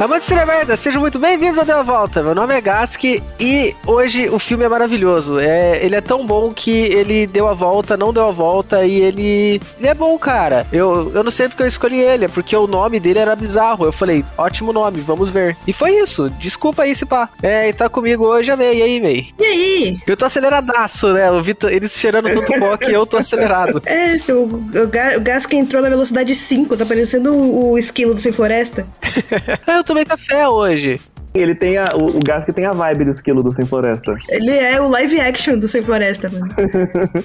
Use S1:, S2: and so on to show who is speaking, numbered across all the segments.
S1: Amante de merda, sejam muito bem-vindos ao Deu a Volta. Meu nome é Gaski e hoje o filme é maravilhoso. É, ele é tão bom que ele deu a volta, não deu a volta e ele. Ele é bom, cara. Eu, eu não sei porque eu escolhi ele, é porque o nome dele era bizarro. Eu falei, ótimo nome, vamos ver. E foi isso. Desculpa aí, se pá. É, e tá comigo hoje a May. E aí, May?
S2: E aí?
S1: Eu tô aceleradaço, né? O Vitor, eles cheirando tanto pó que eu tô acelerado.
S2: É, o, o, ga- o gás que entrou na velocidade 5, tá parecendo o, o esquilo do Sem Floresta.
S1: Ah, eu tomei café hoje.
S3: Ele tem a, o, o gás que tem a vibe do esquilo do Sem Floresta.
S2: Ele é o live action do Sem Floresta, mano.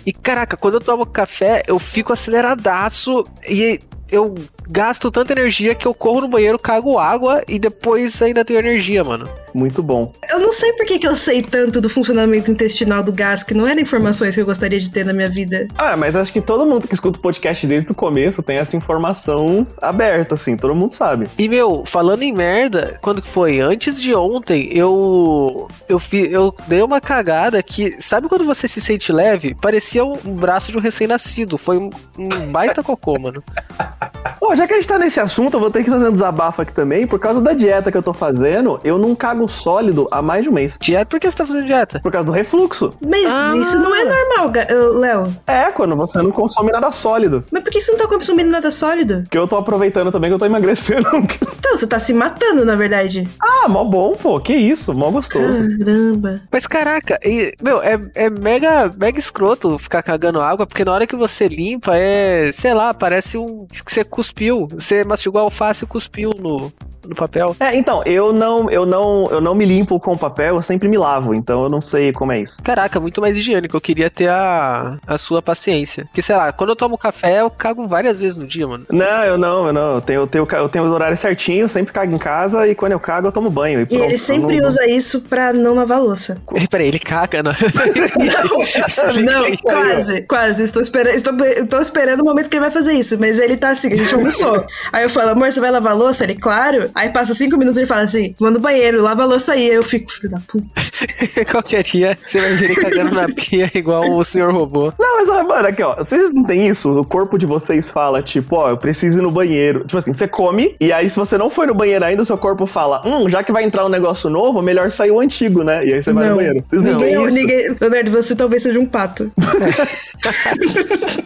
S1: E caraca, quando eu tomo café, eu fico aceleradaço e eu gasto tanta energia que eu corro no banheiro, cago água e depois ainda tenho energia, mano.
S3: Muito bom.
S2: Eu não sei por que, que eu sei tanto do funcionamento intestinal do gás, que não eram informações que eu gostaria de ter na minha vida.
S3: Ah, mas acho que todo mundo que escuta o podcast desde o começo tem essa informação aberta, assim, todo mundo sabe.
S1: E meu, falando em merda, quando que foi? Antes de ontem, eu eu fi, eu dei uma cagada que sabe quando você se sente leve? Parecia um braço de um recém-nascido. Foi um, um baita cocô, mano.
S3: Bom, já que a gente tá nesse assunto, eu vou ter que fazer um desabafo aqui também. Por causa da dieta que eu tô fazendo, eu não cago sólido há mais de um mês.
S1: Dieta, por que você tá fazendo dieta?
S3: Por causa do refluxo.
S2: Mas
S1: Ah.
S2: isso não é normal, ga- ô, Léo.
S3: É, quando você não consome nada sólido.
S2: Mas por que você não tá consumindo nada sólido?
S3: Que eu tô aproveitando também que eu tô emagrecendo.
S2: Então, você tá se matando, na verdade.
S3: ah, mó bom, pô. Que isso, mó gostoso.
S2: Caramba.
S1: Mas caraca, e, meu, é, é mega, mega escroto ficar cagando água, porque na hora que você limpa, é, sei lá, parece um que você cuspiu, você mastigou a alface e cuspiu no, no papel.
S3: É, então, eu não, eu não, eu não me limpo com papel, eu sempre me lavo, então eu não sei como é isso.
S1: Caraca, muito mais higiênico, eu queria ter a, a sua paciência. Porque, sei lá, quando eu tomo café, eu cago várias vezes no dia, mano.
S3: Não, eu não, eu não. Eu tenho, eu tenho, eu tenho os horários certinho, eu sempre cago em casa e quando eu cago eu tomo banho. E,
S2: E
S3: pronto,
S2: ele
S3: eu
S2: sempre
S3: não-
S2: usa isso pra não lavar louça.
S1: Ele, peraí, ele caga, né? não?
S3: é
S2: Não, quase, quase. Estou esperando, estou, estou esperando o momento que ele vai fazer isso, mas ele tá assim, a gente almoçou. aí eu falo, amor, você vai lavar a louça? Ele, claro. Aí passa cinco minutos e ele fala assim, vou no banheiro, lava a louça aí. Aí eu fico, filho da puta.
S1: Qualquer dia é, você vai vir ele cagando na pia igual o senhor robô.
S3: Não, mas ó, mano, aqui ó, vocês não tem isso? O corpo de vocês fala, tipo, ó, eu preciso ir no banheiro. Tipo assim, você come, e aí se você não foi no banheiro ainda, o seu corpo fala, hum, já que vai entrar um negócio novo, melhor sair o antigo, né? E aí você vai no
S2: Não.
S3: banheiro. Vocês não
S2: Ninguém, é
S3: têm isso?
S2: ninguém. Leonardo, você talvez seja um pato.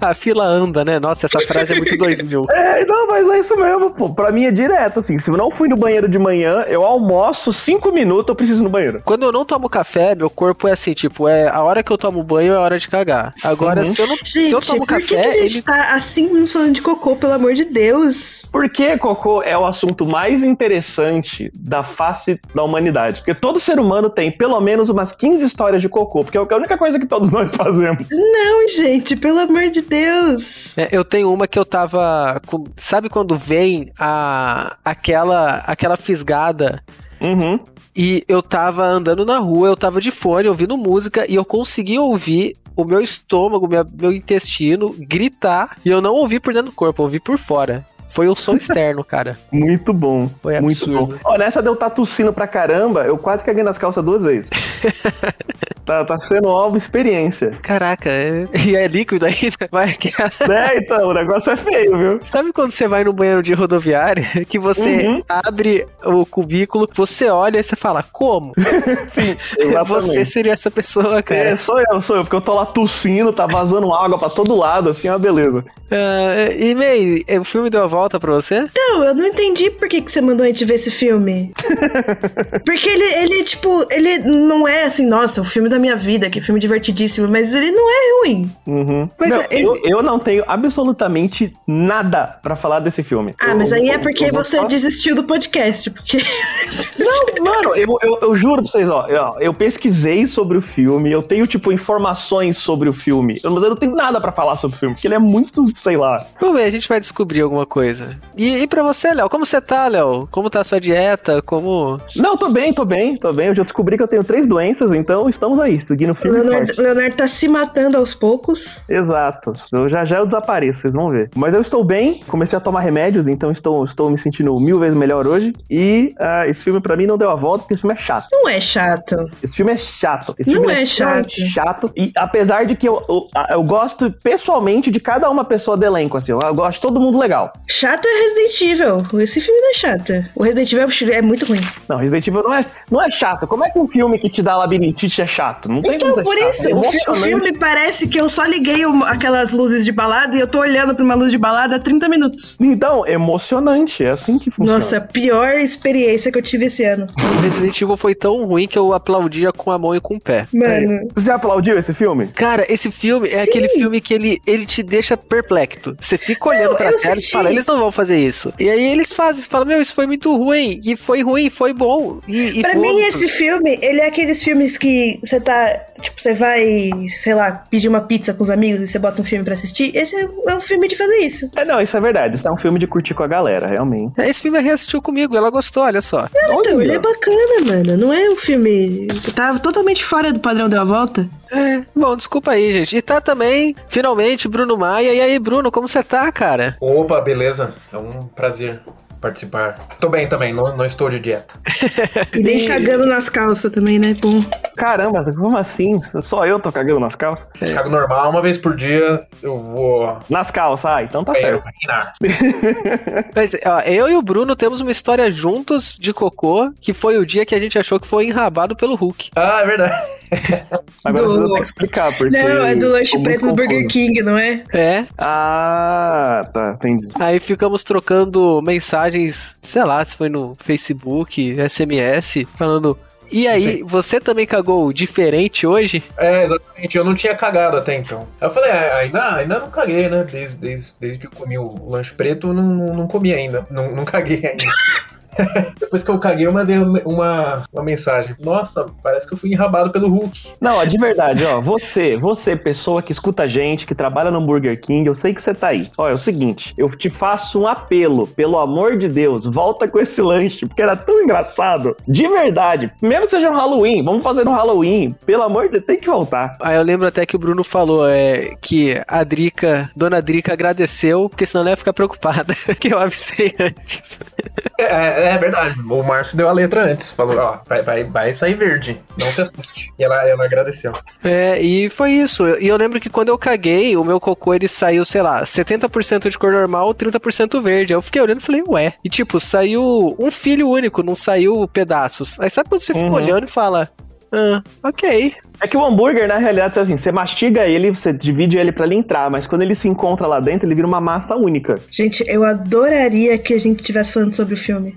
S1: A fila anda, né? Nossa, essa frase é muito 2000.
S3: É, não, mas é isso mesmo, pô. Pra mim é direto, assim. Se eu não fui no banheiro de manhã, eu almoço, cinco minutos, eu preciso ir no banheiro.
S1: Quando eu não tomo café, meu corpo é assim, tipo, é a hora que eu tomo banho é a hora de cagar. Agora,
S3: Uhum.
S1: se eu não
S2: Gente,
S1: se eu tomo
S2: por que, que
S1: café,
S2: a gente
S1: ele.
S2: tá há cinco minutos falando de cocô, pelo amor de Deus?
S3: Porque cocô é o assunto mais interessante da face da humanidade. Porque todo ser humano tem pelo menos umas 15 histórias de cocô, porque é a única coisa que todos nós fazemos.
S2: Não, gente, pelo amor de Deus.
S1: É, eu tenho uma que eu tava. com- Sabe quando vem a aquela aquela fisgada
S3: Uhum.
S1: e eu tava andando na rua, eu tava de fone, ouvindo música e eu consegui ouvir o meu estômago, minha- meu intestino gritar e eu não ouvi por dentro do corpo, eu ouvi por fora. Foi um som externo, cara.
S3: Muito bom.
S1: Foi
S3: Muito bom.
S1: absurdo.
S3: Ó, nessa deu tá tossindo pra caramba, eu quase caguei nas calças duas vezes. tá, tá sendo uma experiência.
S1: Caraca, é- e é líquido ainda. Mas que é
S3: né, então, o negócio é feio, viu?
S1: Sabe quando você vai no banheiro de rodoviária que você
S3: Uhum.
S1: abre o cubículo, você olha e você fala, como?
S3: Sim,
S1: Você seria essa pessoa, cara.
S3: É, sou eu, sou eu, porque eu tô lá tossindo, tá vazando água pra todo lado, assim, é uma beleza.
S1: Ah, e May, o filme deu a volta pra você?
S2: Não, eu não entendi por que, que você mandou a gente ver esse filme. Porque ele, ele, tipo, ele não é assim, nossa, o filme da minha vida, que filme divertidíssimo, mas ele não é ruim.
S3: Uhum.
S1: Mas
S3: Não,
S1: é-
S3: eu, eu não tenho absolutamente nada pra falar desse filme.
S2: Ah,
S3: Eu-
S2: mas aí é
S3: eu-
S2: porque
S3: eu vou
S2: você
S3: só-
S2: desistiu do podcast, porque.
S3: Não, mano, eu, eu, eu juro pra vocês, ó. Eu, eu pesquisei sobre o filme, eu tenho, tipo, informações sobre o filme. Eu- Mas eu não tenho nada pra falar sobre o filme, porque ele é muito, sei lá.
S1: Vamos ver, a gente vai descobrir alguma coisa. E, e pra você, Léo, como você tá, Léo? Como tá a sua dieta? Como.
S3: Não, tô bem, tô bem, tô bem. Eu já descobri que eu tenho três doenças, então estamos aí, seguindo o filme.
S2: Leonardo,
S3: forte.
S2: Leonardo tá se matando aos poucos.
S3: Exato. Eu já já eu desapareço, vocês vão ver. Mas eu estou bem, comecei a tomar remédios, então estou, estou me sentindo mil vezes melhor hoje. E ah, esse filme pra mim não deu a volta, porque esse filme é chato.
S2: Não é chato.
S3: Esse filme é chato. Esse
S2: Não
S3: filme
S2: é
S3: extremamente
S2: chato.
S3: chato. E apesar de que eu, eu, eu gosto pessoalmente de cada uma pessoa do elenco, assim, eu gosto de todo mundo legal.
S2: Chato é Resident Evil. Esse filme não é chato. O Resident Evil é muito ruim.
S3: Não, Resident Evil não é, não é chato. Como é que um filme que te dá labirintite é chato? Não tem
S2: Então,
S3: como ser
S2: por
S3: chato.
S2: isso,
S3: É
S2: o, fi- o
S3: emocionante.
S2: filme parece que eu só liguei um- aquelas luzes de balada e eu tô olhando pra uma luz de balada há 30 minutos.
S3: Então, emocionante. É assim que funciona.
S2: Nossa, a pior experiência que eu tive esse ano.
S1: O Resident Evil foi tão ruim que eu aplaudia com a mão e com o
S3: É.
S1: pé.
S2: Mano.
S3: Você já aplaudiu esse filme?
S1: Cara, esse filme é
S2: Sim.
S1: aquele filme que ele, ele te deixa perplexo. Você fica olhando pra
S2: eu
S1: cara e
S2: senti.
S1: fala, eles não vão fazer isso. E aí eles fazem, você fala, meu, isso foi muito ruim. E foi ruim, foi bom. E, e
S2: Pra
S1: foi
S2: mim,
S1: outro.
S2: esse filme, ele é aqueles filmes que você tá. Tipo, você vai, sei lá, pedir uma pizza com os amigos e você bota um filme pra assistir. Esse é um é um filme de fazer isso.
S3: É, não, isso é verdade. Isso é um filme de curtir com a galera, realmente.
S1: É, Esse filme a reassistiu comigo, ela gostou, olha só.
S2: Então,
S3: Olha.
S2: ele é bacana, mano. Não é um filme. Tá totalmente fora do padrão deu a volta.
S1: É, bom, desculpa aí, gente. E tá também, finalmente, Bruno Maia. E aí, Bruno, como você tá, cara?
S4: Opa, beleza? É um prazer participar. Tô bem também, não, não estou de dieta.
S2: E nem cagando nas calças também, né? Bom.
S3: Caramba, como assim? Só eu tô cagando nas calças?
S4: Cago normal, uma vez por dia eu vou.
S3: Nas calças, ah, então
S2: É.
S3: tá
S4: eu
S3: certo.
S4: vou reinar.
S1: Mas, ó, eu e o Bruno temos uma história juntos de cocô, que foi o dia que a gente achou que foi enrabado pelo Hulk.
S4: Ah, é verdade.
S3: Agora
S2: Do-
S3: você vai ter que explicar, porque.
S2: Não, é do lanche
S3: ficou muito
S2: preto do Burger
S3: confuso.
S2: King, não é?
S1: É,
S3: Ah, tá, entendi.
S1: aí ficamos trocando mensagens, sei lá, se foi no Facebook, SMS, falando. E aí, você também cagou diferente hoje?
S4: É, exatamente. Eu não tinha cagado até então. Aí Eu falei, ah, ainda, ainda não caguei, né? Desde, desde, desde que eu comi o lanche preto, eu não, não, não comi ainda. Não, não caguei ainda. Depois que eu caguei, eu mandei uma, uma mensagem. Nossa, parece que eu fui enrabado pelo Hulk.
S3: Não, ó, de verdade, ó, você, você, pessoa que escuta a gente, que trabalha no Burger King, eu sei que você tá aí. Ó, é o seguinte, eu te faço um apelo, pelo amor de Deus, volta com esse lanche, porque era tão engraçado. De verdade, mesmo que seja no Halloween, vamos fazer no Halloween, pelo amor de Deus, tem que voltar.
S1: Aí eu lembro até que o Bruno falou é, que a Drica, dona Drica, agradeceu, porque senão ela ia ficar preocupada, que eu avisei antes.
S4: É, é, é verdade. O Márcio deu a letra antes. Falou, ó, vai, vai, vai sair verde. Não se assuste. E ela, ela agradeceu.
S1: É, e foi isso. E eu lembro que quando eu caguei, o meu cocô ele saiu, sei lá, 70% de cor normal, 30% verde. Aí eu fiquei olhando e falei, ué. E tipo, saiu um filho único, não saiu pedaços. Aí sabe quando você
S3: Uhum.
S1: fica olhando e fala. Ah, ok.
S3: É que o hambúrguer, na realidade, é assim, você mastiga ele, você divide ele pra ele entrar, mas quando ele se encontra lá dentro, ele vira uma massa única.
S2: Gente, eu adoraria que a gente estivesse falando sobre o filme.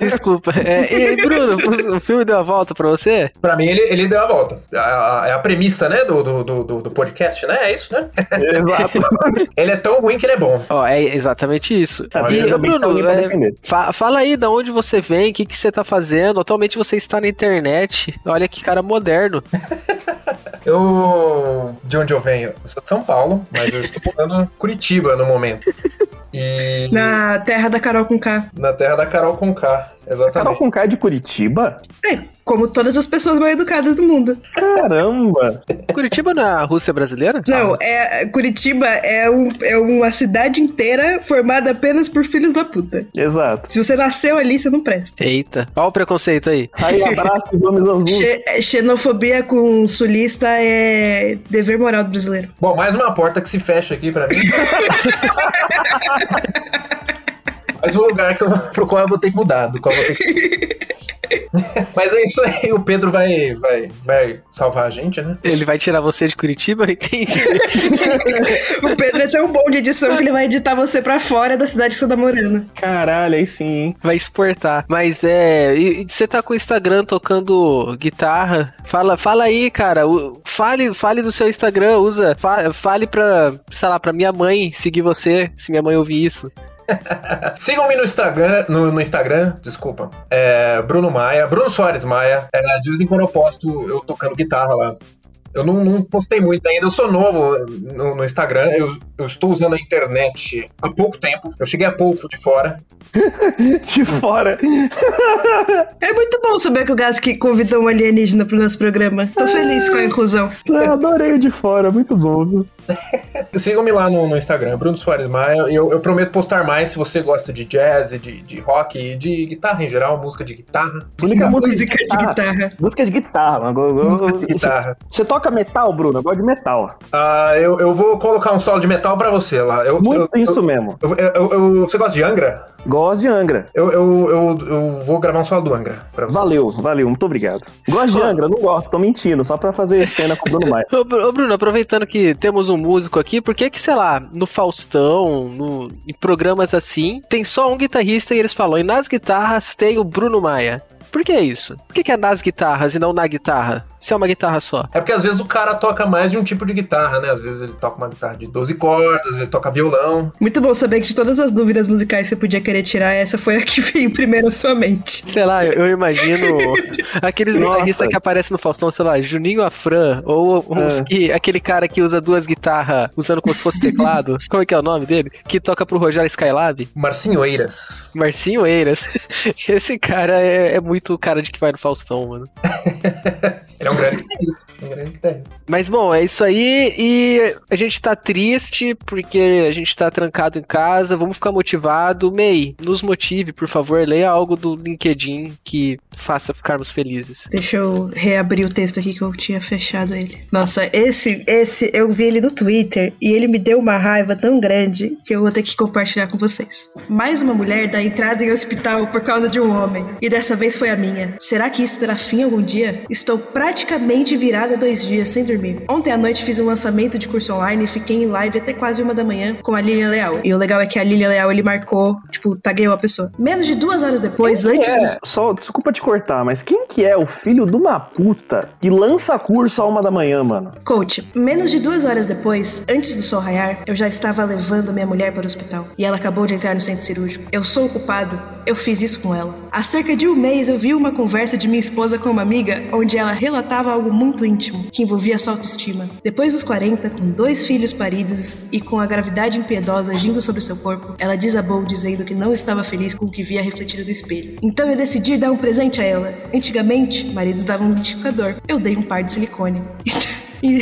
S1: Desculpa. É, e aí, Bruno, o- o filme deu a volta pra você?
S4: Pra mim, ele, ele deu a volta. É a, a- é a premissa, né, do, do, do, do- do podcast, né? É isso, né?
S3: Exato.
S4: Ele é tão ruim que ele é bom.
S1: Ó, é exatamente isso.
S3: Tá,
S1: e,
S3: ainda
S1: ô,
S3: bem que tem
S1: Bruno,
S3: alguém pra
S1: é,
S3: defender.
S1: fa- fala aí da onde você vem, o que, que você tá fazendo. Atualmente você está na internet. Olha que cara moderno.
S4: Eu. De onde eu venho? Eu sou de São Paulo, mas eu estou morando em Curitiba no momento. E.
S2: Na terra da Carol com K.
S4: na terra da Carol Conká,
S3: Carol
S4: exatamente.
S3: com K é de Curitiba?
S2: É, como todas as pessoas mal educadas do mundo.
S3: Caramba!
S1: Curitiba na Rússia brasileira?
S2: Não, é, Curitiba é, um- é uma cidade inteira formada apenas por filhos da puta.
S3: Exato.
S2: Se você nasceu ali, você não presta.
S1: Eita, olha o preconceito aí.
S3: Aí, um abraço, Gomes Azul.
S2: Xe- é, xenofobia com sulista é dever moral do brasileiro.
S4: Bom, mais uma porta que se fecha aqui pra mim. Mais um lugar que eu, pro qual eu vou ter que mudar, do qual eu vou ter que... Mas é isso aí, o Pedro vai, vai, vai salvar a gente, né?
S1: Ele vai tirar você de Curitiba? Entendi.
S2: O Pedro é tão bom de edição que ele vai editar você pra fora da cidade que você tá morando.
S3: Caralho, aí sim, hein?
S1: Vai exportar. Mas é. E, e você tá com o Instagram tocando guitarra? Fala, fala aí, cara. o- fale, fale do seu Instagram. Usa. fa- fale pra, sei lá, pra minha mãe seguir você, se minha mãe ouvir isso.
S4: Sigam-me no Instagram, no, no Instagram, desculpa, é Bruno Maia, Bruno Soares Maia. É, de vez em quando eu posto eu tocando guitarra lá. Eu não, não postei muito ainda, eu sou novo no, no Instagram, eu, eu estou usando a internet há pouco tempo, eu cheguei há pouco de fora.
S3: De fora.
S2: É muito bom saber que o Gás que convidou um alienígena pro nosso programa. Tô
S3: Ah.
S2: feliz com a inclusão.
S3: Eu Ah, adorei o de fora, muito bom. viu?
S4: Sigam-me lá no, no Instagram, Bruno Soares Maia, e eu, eu prometo postar mais se você gosta de jazz, de, de rock, e de guitarra em geral, música de guitarra.
S3: A única música, tá.
S2: Música de guitarra.
S3: música de guitarra, mano. Eu- eu-
S4: Música de guitarra.
S3: Você toca metal, Bruno? Eu gosto de metal.
S4: Ah, eu, eu vou colocar um solo de metal metal pra você lá. Eu,
S3: Muito
S4: eu-
S3: isso mesmo.
S4: eu- eu- eu- eu- você gosta de Angra?
S3: Gosto de Angra.
S4: Eu, eu, eu, eu vou gravar um solo do Angra pra você.
S3: Valeu, valeu, muito obrigado. Gosto de Angra, não gosto, tô mentindo, só pra fazer cena com o Bruno Maia.
S1: Ô, Bru- ô, Bruno, aproveitando que temos um músico aqui, por que que, sei lá, no Faustão, no, em programas assim, tem só um guitarrista e eles falam, e nas guitarras tem o Bruno Maia? Por que isso? Por que, que é nas guitarras e não na guitarra? Se é uma guitarra só.
S4: É porque às vezes o cara toca mais de um tipo de guitarra, né? Às vezes ele toca uma guitarra de 12 cordas, às vezes toca violão.
S2: Muito bom saber que de todas as dúvidas musicais que você podia querer tirar, essa foi a que veio primeiro à sua mente.
S1: Sei lá, eu, eu imagino aqueles
S3: Nossa.
S1: guitarristas que aparecem no Faustão, sei lá, Juninho Afran, ou uns
S3: É.
S1: que, aquele cara que usa duas guitarras usando como se fosse teclado. Como é que é o nome dele? Que toca pro Rogério Skylab.
S4: Marcinhoeiras.
S1: Marcinho Eiras. Esse cara é, é muito o cara de que vai no Faustão, mano.
S4: Ele é um grande guitarrista. Um grande guitarrista.
S1: Mas bom, é isso aí. E a gente tá triste porque a gente tá trancado em casa. Vamos ficar motivado. May, nos motive, por favor. Leia algo do LinkedIn que faça ficarmos felizes.
S2: Deixa eu reabrir o texto aqui que eu tinha fechado ele. Nossa, esse, esse, eu vi ele no Twitter e ele me deu uma raiva tão grande que eu vou ter que compartilhar com vocês. Mais uma mulher dá entrada em hospital por causa de um homem. E dessa vez foi a minha. Será que isso terá fim algum dia? Estou praticamente virada dois dias sem dormir. Ontem à noite fiz um lançamento de curso online e fiquei em live até quase uma da manhã com a Lilian Leal. E o legal é que a Lilian Leal ele marcou, tipo, tagueou a pessoa. Menos de duas horas depois, antes do
S3: É, só, desculpa te cortar, mas quem que é o filho de uma puta que lança curso a uma da manhã, mano?
S2: Coach, menos de duas horas depois, antes do sol raiar, eu já estava levando minha mulher para o hospital. E ela acabou de entrar no centro cirúrgico. Eu sou o culpado. Eu fiz isso com ela. Há cerca de um mês, eu vi uma conversa de minha esposa com uma amiga, onde ela relatava algo muito íntimo, que envolvia sua autoestima. Depois dos 40, com dois filhos paridos e com a gravidade impiedosa agindo sobre seu corpo, ela desabou dizendo que não estava feliz com o que via refletido no espelho. Então eu decidi dar um presente a ela. Antigamente, maridos davam um liquidificador. Eu dei um par de silicone. E,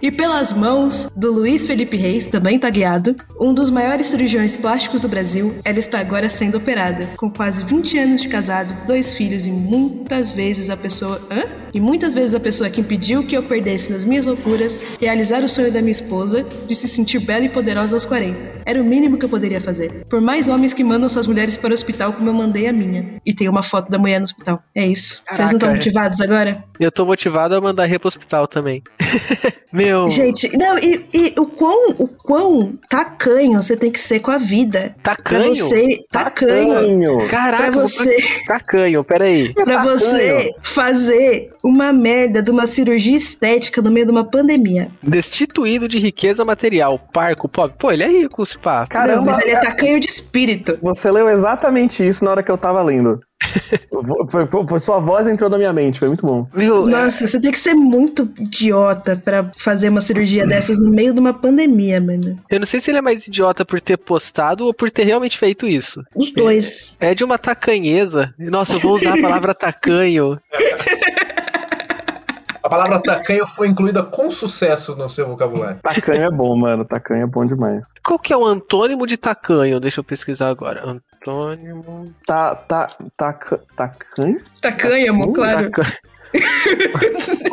S2: e pelas mãos do Luiz Felipe Reis, também tagueado, um dos maiores cirurgiões plásticos do Brasil, ela está agora sendo operada. Com quase 20 anos de casado, dois filhos e muitas vezes a pessoa. Hã? E muitas vezes a pessoa que impediu que eu perdesse nas minhas loucuras, realizar o sonho da minha esposa de se sentir bela e poderosa aos 40. Era o mínimo que eu poderia fazer. Por mais homens que mandam suas mulheres para o hospital como eu mandei a minha. E tem uma foto da mulher no hospital. É isso. Vocês não
S1: Caraca,
S2: estão
S1: é.
S2: motivados agora?
S1: Eu tô motivado a mandar re pro hospital também. Meu,
S2: Gente, não, e, e o, quão, o quão tacanho você tem que ser com a vida. Pra
S1: tacanho.
S2: você. Tacanho.
S1: Caraca,
S2: Pra
S1: vou-
S2: você,
S1: tacanho, peraí.
S2: pra
S3: Tacanho.
S2: você fazer uma merda de uma cirurgia estética no meio de uma pandemia.
S1: Destituído de riqueza material. Parco, pobre. Pô, ele é rico, se pá.
S2: não,
S3: Caramba,
S2: mas ele é tacanho de espírito.
S3: você leu exatamente isso na hora que eu tava lendo. Foi- foi- foi- sua voz entrou na minha mente, foi muito bom.
S1: Meu, é-
S2: Nossa, você tem que ser muito idiota pra fazer uma cirurgia dessas no meio de uma pandemia, mano.
S1: Eu não sei se ele é mais idiota por ter postado ou por ter realmente feito isso.
S2: Os dois.
S1: É de uma tacanheza. Nossa, eu vou usar a palavra tacanho.
S4: A palavra tacanho foi incluída com sucesso no seu vocabulário.
S3: Tacanho é bom, mano. Tacanho é bom demais.
S1: Qual que é o antônimo de tacanho? Deixa eu pesquisar agora. Antônimo.
S3: Tá, tá, taca, tacanho?
S2: Tacanho, amor, claro.
S1: Tacanho.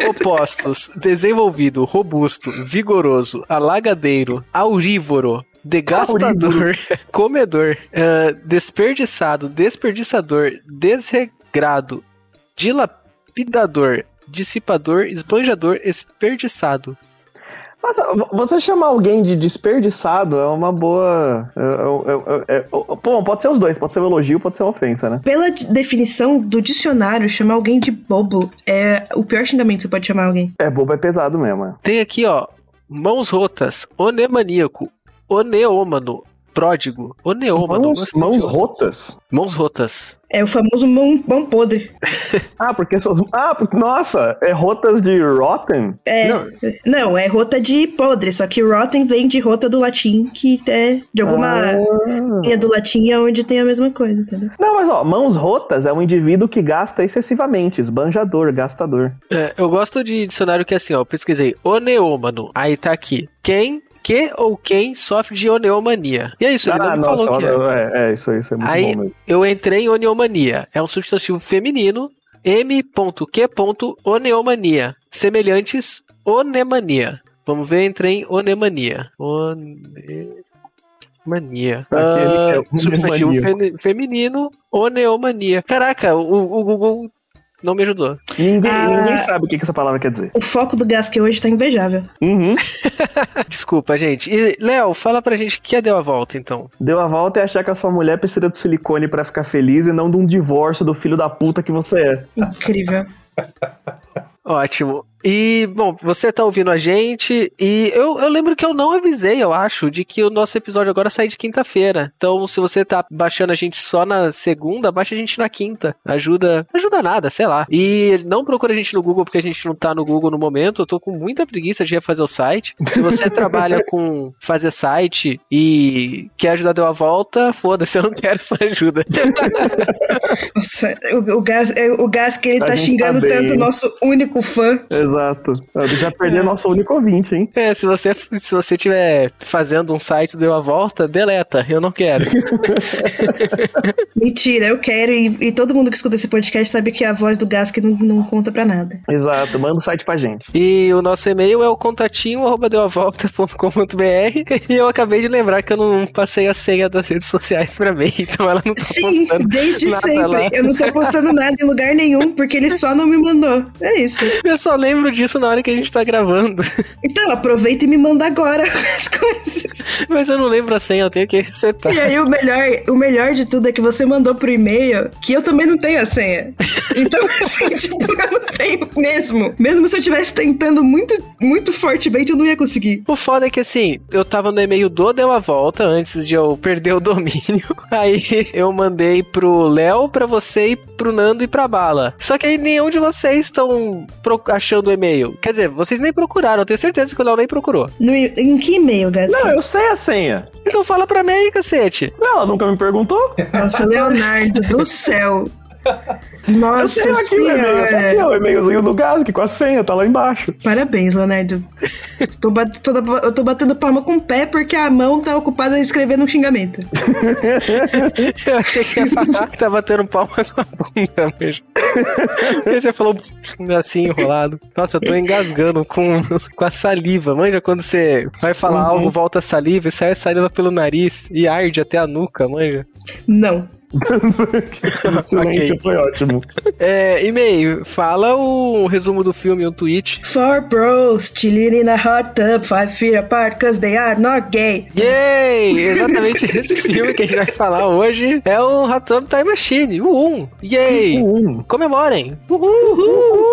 S1: Opostos: desenvolvido, robusto, vigoroso, alagadeiro, aurívoro. Degastador, comedor, ah, desperdiçado, desperdiçador, desregrado, dilapidador, dissipador, esbanjador, esperdiçado.
S3: Nossa, vo- você chamar alguém de desperdiçado é uma boa. é- é- é- é- é- Bom, pode ser os dois, pode ser um elogio, pode ser uma ofensa, né?
S2: Pela d- definição do dicionário, chamar alguém de bobo é o pior xingamento que você pode chamar alguém.
S3: É bobo, é pesado mesmo. é.
S1: Tem aqui, ó, mãos rotas, onemaníaco, oneômano, pródigo, oneômano.
S3: Mãos,
S1: gostei de
S3: mãos
S1: outro.
S3: rotas?
S1: mãos rotas.
S2: É o famoso mão, mão podre.
S3: Ah, porque. suas- Ah, porque- nossa, é rotas de rotten?
S2: É.
S3: Não.
S2: Não, é rota de podre, só que rotten vem de rota do latim, que é de alguma
S3: Ah.
S2: linha do latim é onde tem a mesma coisa, entendeu?
S3: Não, mas ó, mãos rotas é um indivíduo que gasta excessivamente, esbanjador, gastador.
S1: É, eu gosto de dicionário que é assim, ó, eu pesquisei oneômano, aí tá aqui, quem, que ou quem sofre de oneomania. E é isso, ele não me falou que é.
S3: Ah, é, é, isso aí, isso é muito
S1: Aí-
S3: bom mesmo.
S1: Eu entrei em oneomania, é um substantivo feminino, m.q.oneomania, semelhantes onemania. Vamos ver, entrei em Onemania. Onemania.
S3: Aquele
S1: Ah,
S3: que é
S1: substantivo
S3: onemania.
S1: fe- feminino, oneomania. Caraca, o, o Google não me ajudou.
S3: Ninguém,
S2: Ah.
S3: ninguém sabe o que, que essa palavra quer dizer.
S2: O foco do Gasque hoje tá invejável.
S3: Uhum.
S1: Desculpa, gente. E, Léo, fala pra gente o que é deu a volta, então.
S3: Deu a volta e achar que a sua mulher precisa de silicone pra ficar feliz e não de um divórcio do filho da puta que você é.
S2: Incrível.
S1: Ótimo. E, bom, você tá ouvindo a gente e eu, eu lembro que eu não avisei, eu acho, de que o nosso episódio agora sai de quinta-feira. Então, se você tá baixando a gente só na segunda, baixa a gente na quinta. Ajuda, ajuda nada, sei lá. E não procura a gente no Google, porque a gente não tá no Google no momento. Eu tô com muita preguiça de refazer o site. Se você trabalha com fazer site e quer ajudar deu a volta, foda-se, eu não quero sua ajuda.
S2: Nossa, o, o, Gas, é, o Gasque, ele
S3: A
S2: tá
S3: gente
S2: xingando
S3: tá bem,
S2: tanto o
S3: hein?
S2: nosso único fã.
S3: Exato. Já perdi nosso único ouvinte, hein?
S1: É, se você se você tiver fazendo um site deu a volta, deleta, eu não quero.
S2: Mentira, eu quero. E, e todo mundo que escuta esse podcast sabe que a voz do Gasque não, não conta pra nada.
S3: Exato. Manda o site pra gente.
S1: E o nosso e-mail é o contatinho arroba deuavolta.com.br. E eu acabei de lembrar que eu não passei a senha das redes sociais pra mim, então ela não tá
S2: Sim,
S1: postando.
S2: desde
S1: nada
S2: sempre.
S1: lá.
S2: Eu não tô postando nada em lugar nenhum, porque ele só não me mandou. É isso.
S1: Eu só lembro disso na hora que a gente tá gravando.
S2: Então, aproveita e me manda agora as coisas.
S1: Mas eu não lembro a senha, eu tenho que resetar.
S2: E aí, o melhor, o melhor de tudo é que você mandou pro e-mail que eu também não tenho a senha. Então, assim, tipo, eu não tenho mesmo. Mesmo se eu estivesse tentando muito, muito fortemente, eu não ia conseguir.
S1: O foda é que assim, eu tava no e-mail do Deu a Volta antes de eu perder o domínio. Aí eu mandei pro Léo, pra você e pro Nando e pra Bala. Só que aí nenhum de vocês estão pro- achando o e-mail. Quer dizer, vocês nem procuraram, eu tenho certeza que o Léo nem procurou.
S2: No e- em que e-mail,
S3: Não,
S2: Gasque?
S3: eu sei a senha.
S1: Então fala pra mim aí, cacete.
S3: Não, ela nunca me perguntou.
S2: Nossa, Leonardo do céu.
S3: Eu
S2: Nossa
S3: sei aqui o e-mail. Tá aqui,
S1: é.
S2: senhora.
S3: ó, o e-mailzinho do Gás, que com a senha, tá lá embaixo.
S2: Parabéns, Leonardo. Tô bat- tô- eu tô batendo palma com o pé porque a mão tá ocupada escrevendo um xingamento.
S1: Eu achei que você ia falar que tá batendo palma com a bunda mesmo. Porque você falou assim, enrolado. Nossa, eu tô engasgando com, com a saliva. Manja, quando você vai falar
S3: Uhum.
S1: algo, volta a saliva e sai a saliva pelo nariz e arde até a nuca, manja.
S2: Não.
S3: O silêncio foi ótimo.
S1: É, e-mail, fala o resumo do filme, um tweet.
S2: Four bros chilling in a hot tub, five feet apart, cause they are not gay.
S1: Yay! Exatamente esse filme que a gente vai falar hoje é o Hatam Time Machine, o 1. Yay!
S3: Um.
S1: Comemorem! Uhul!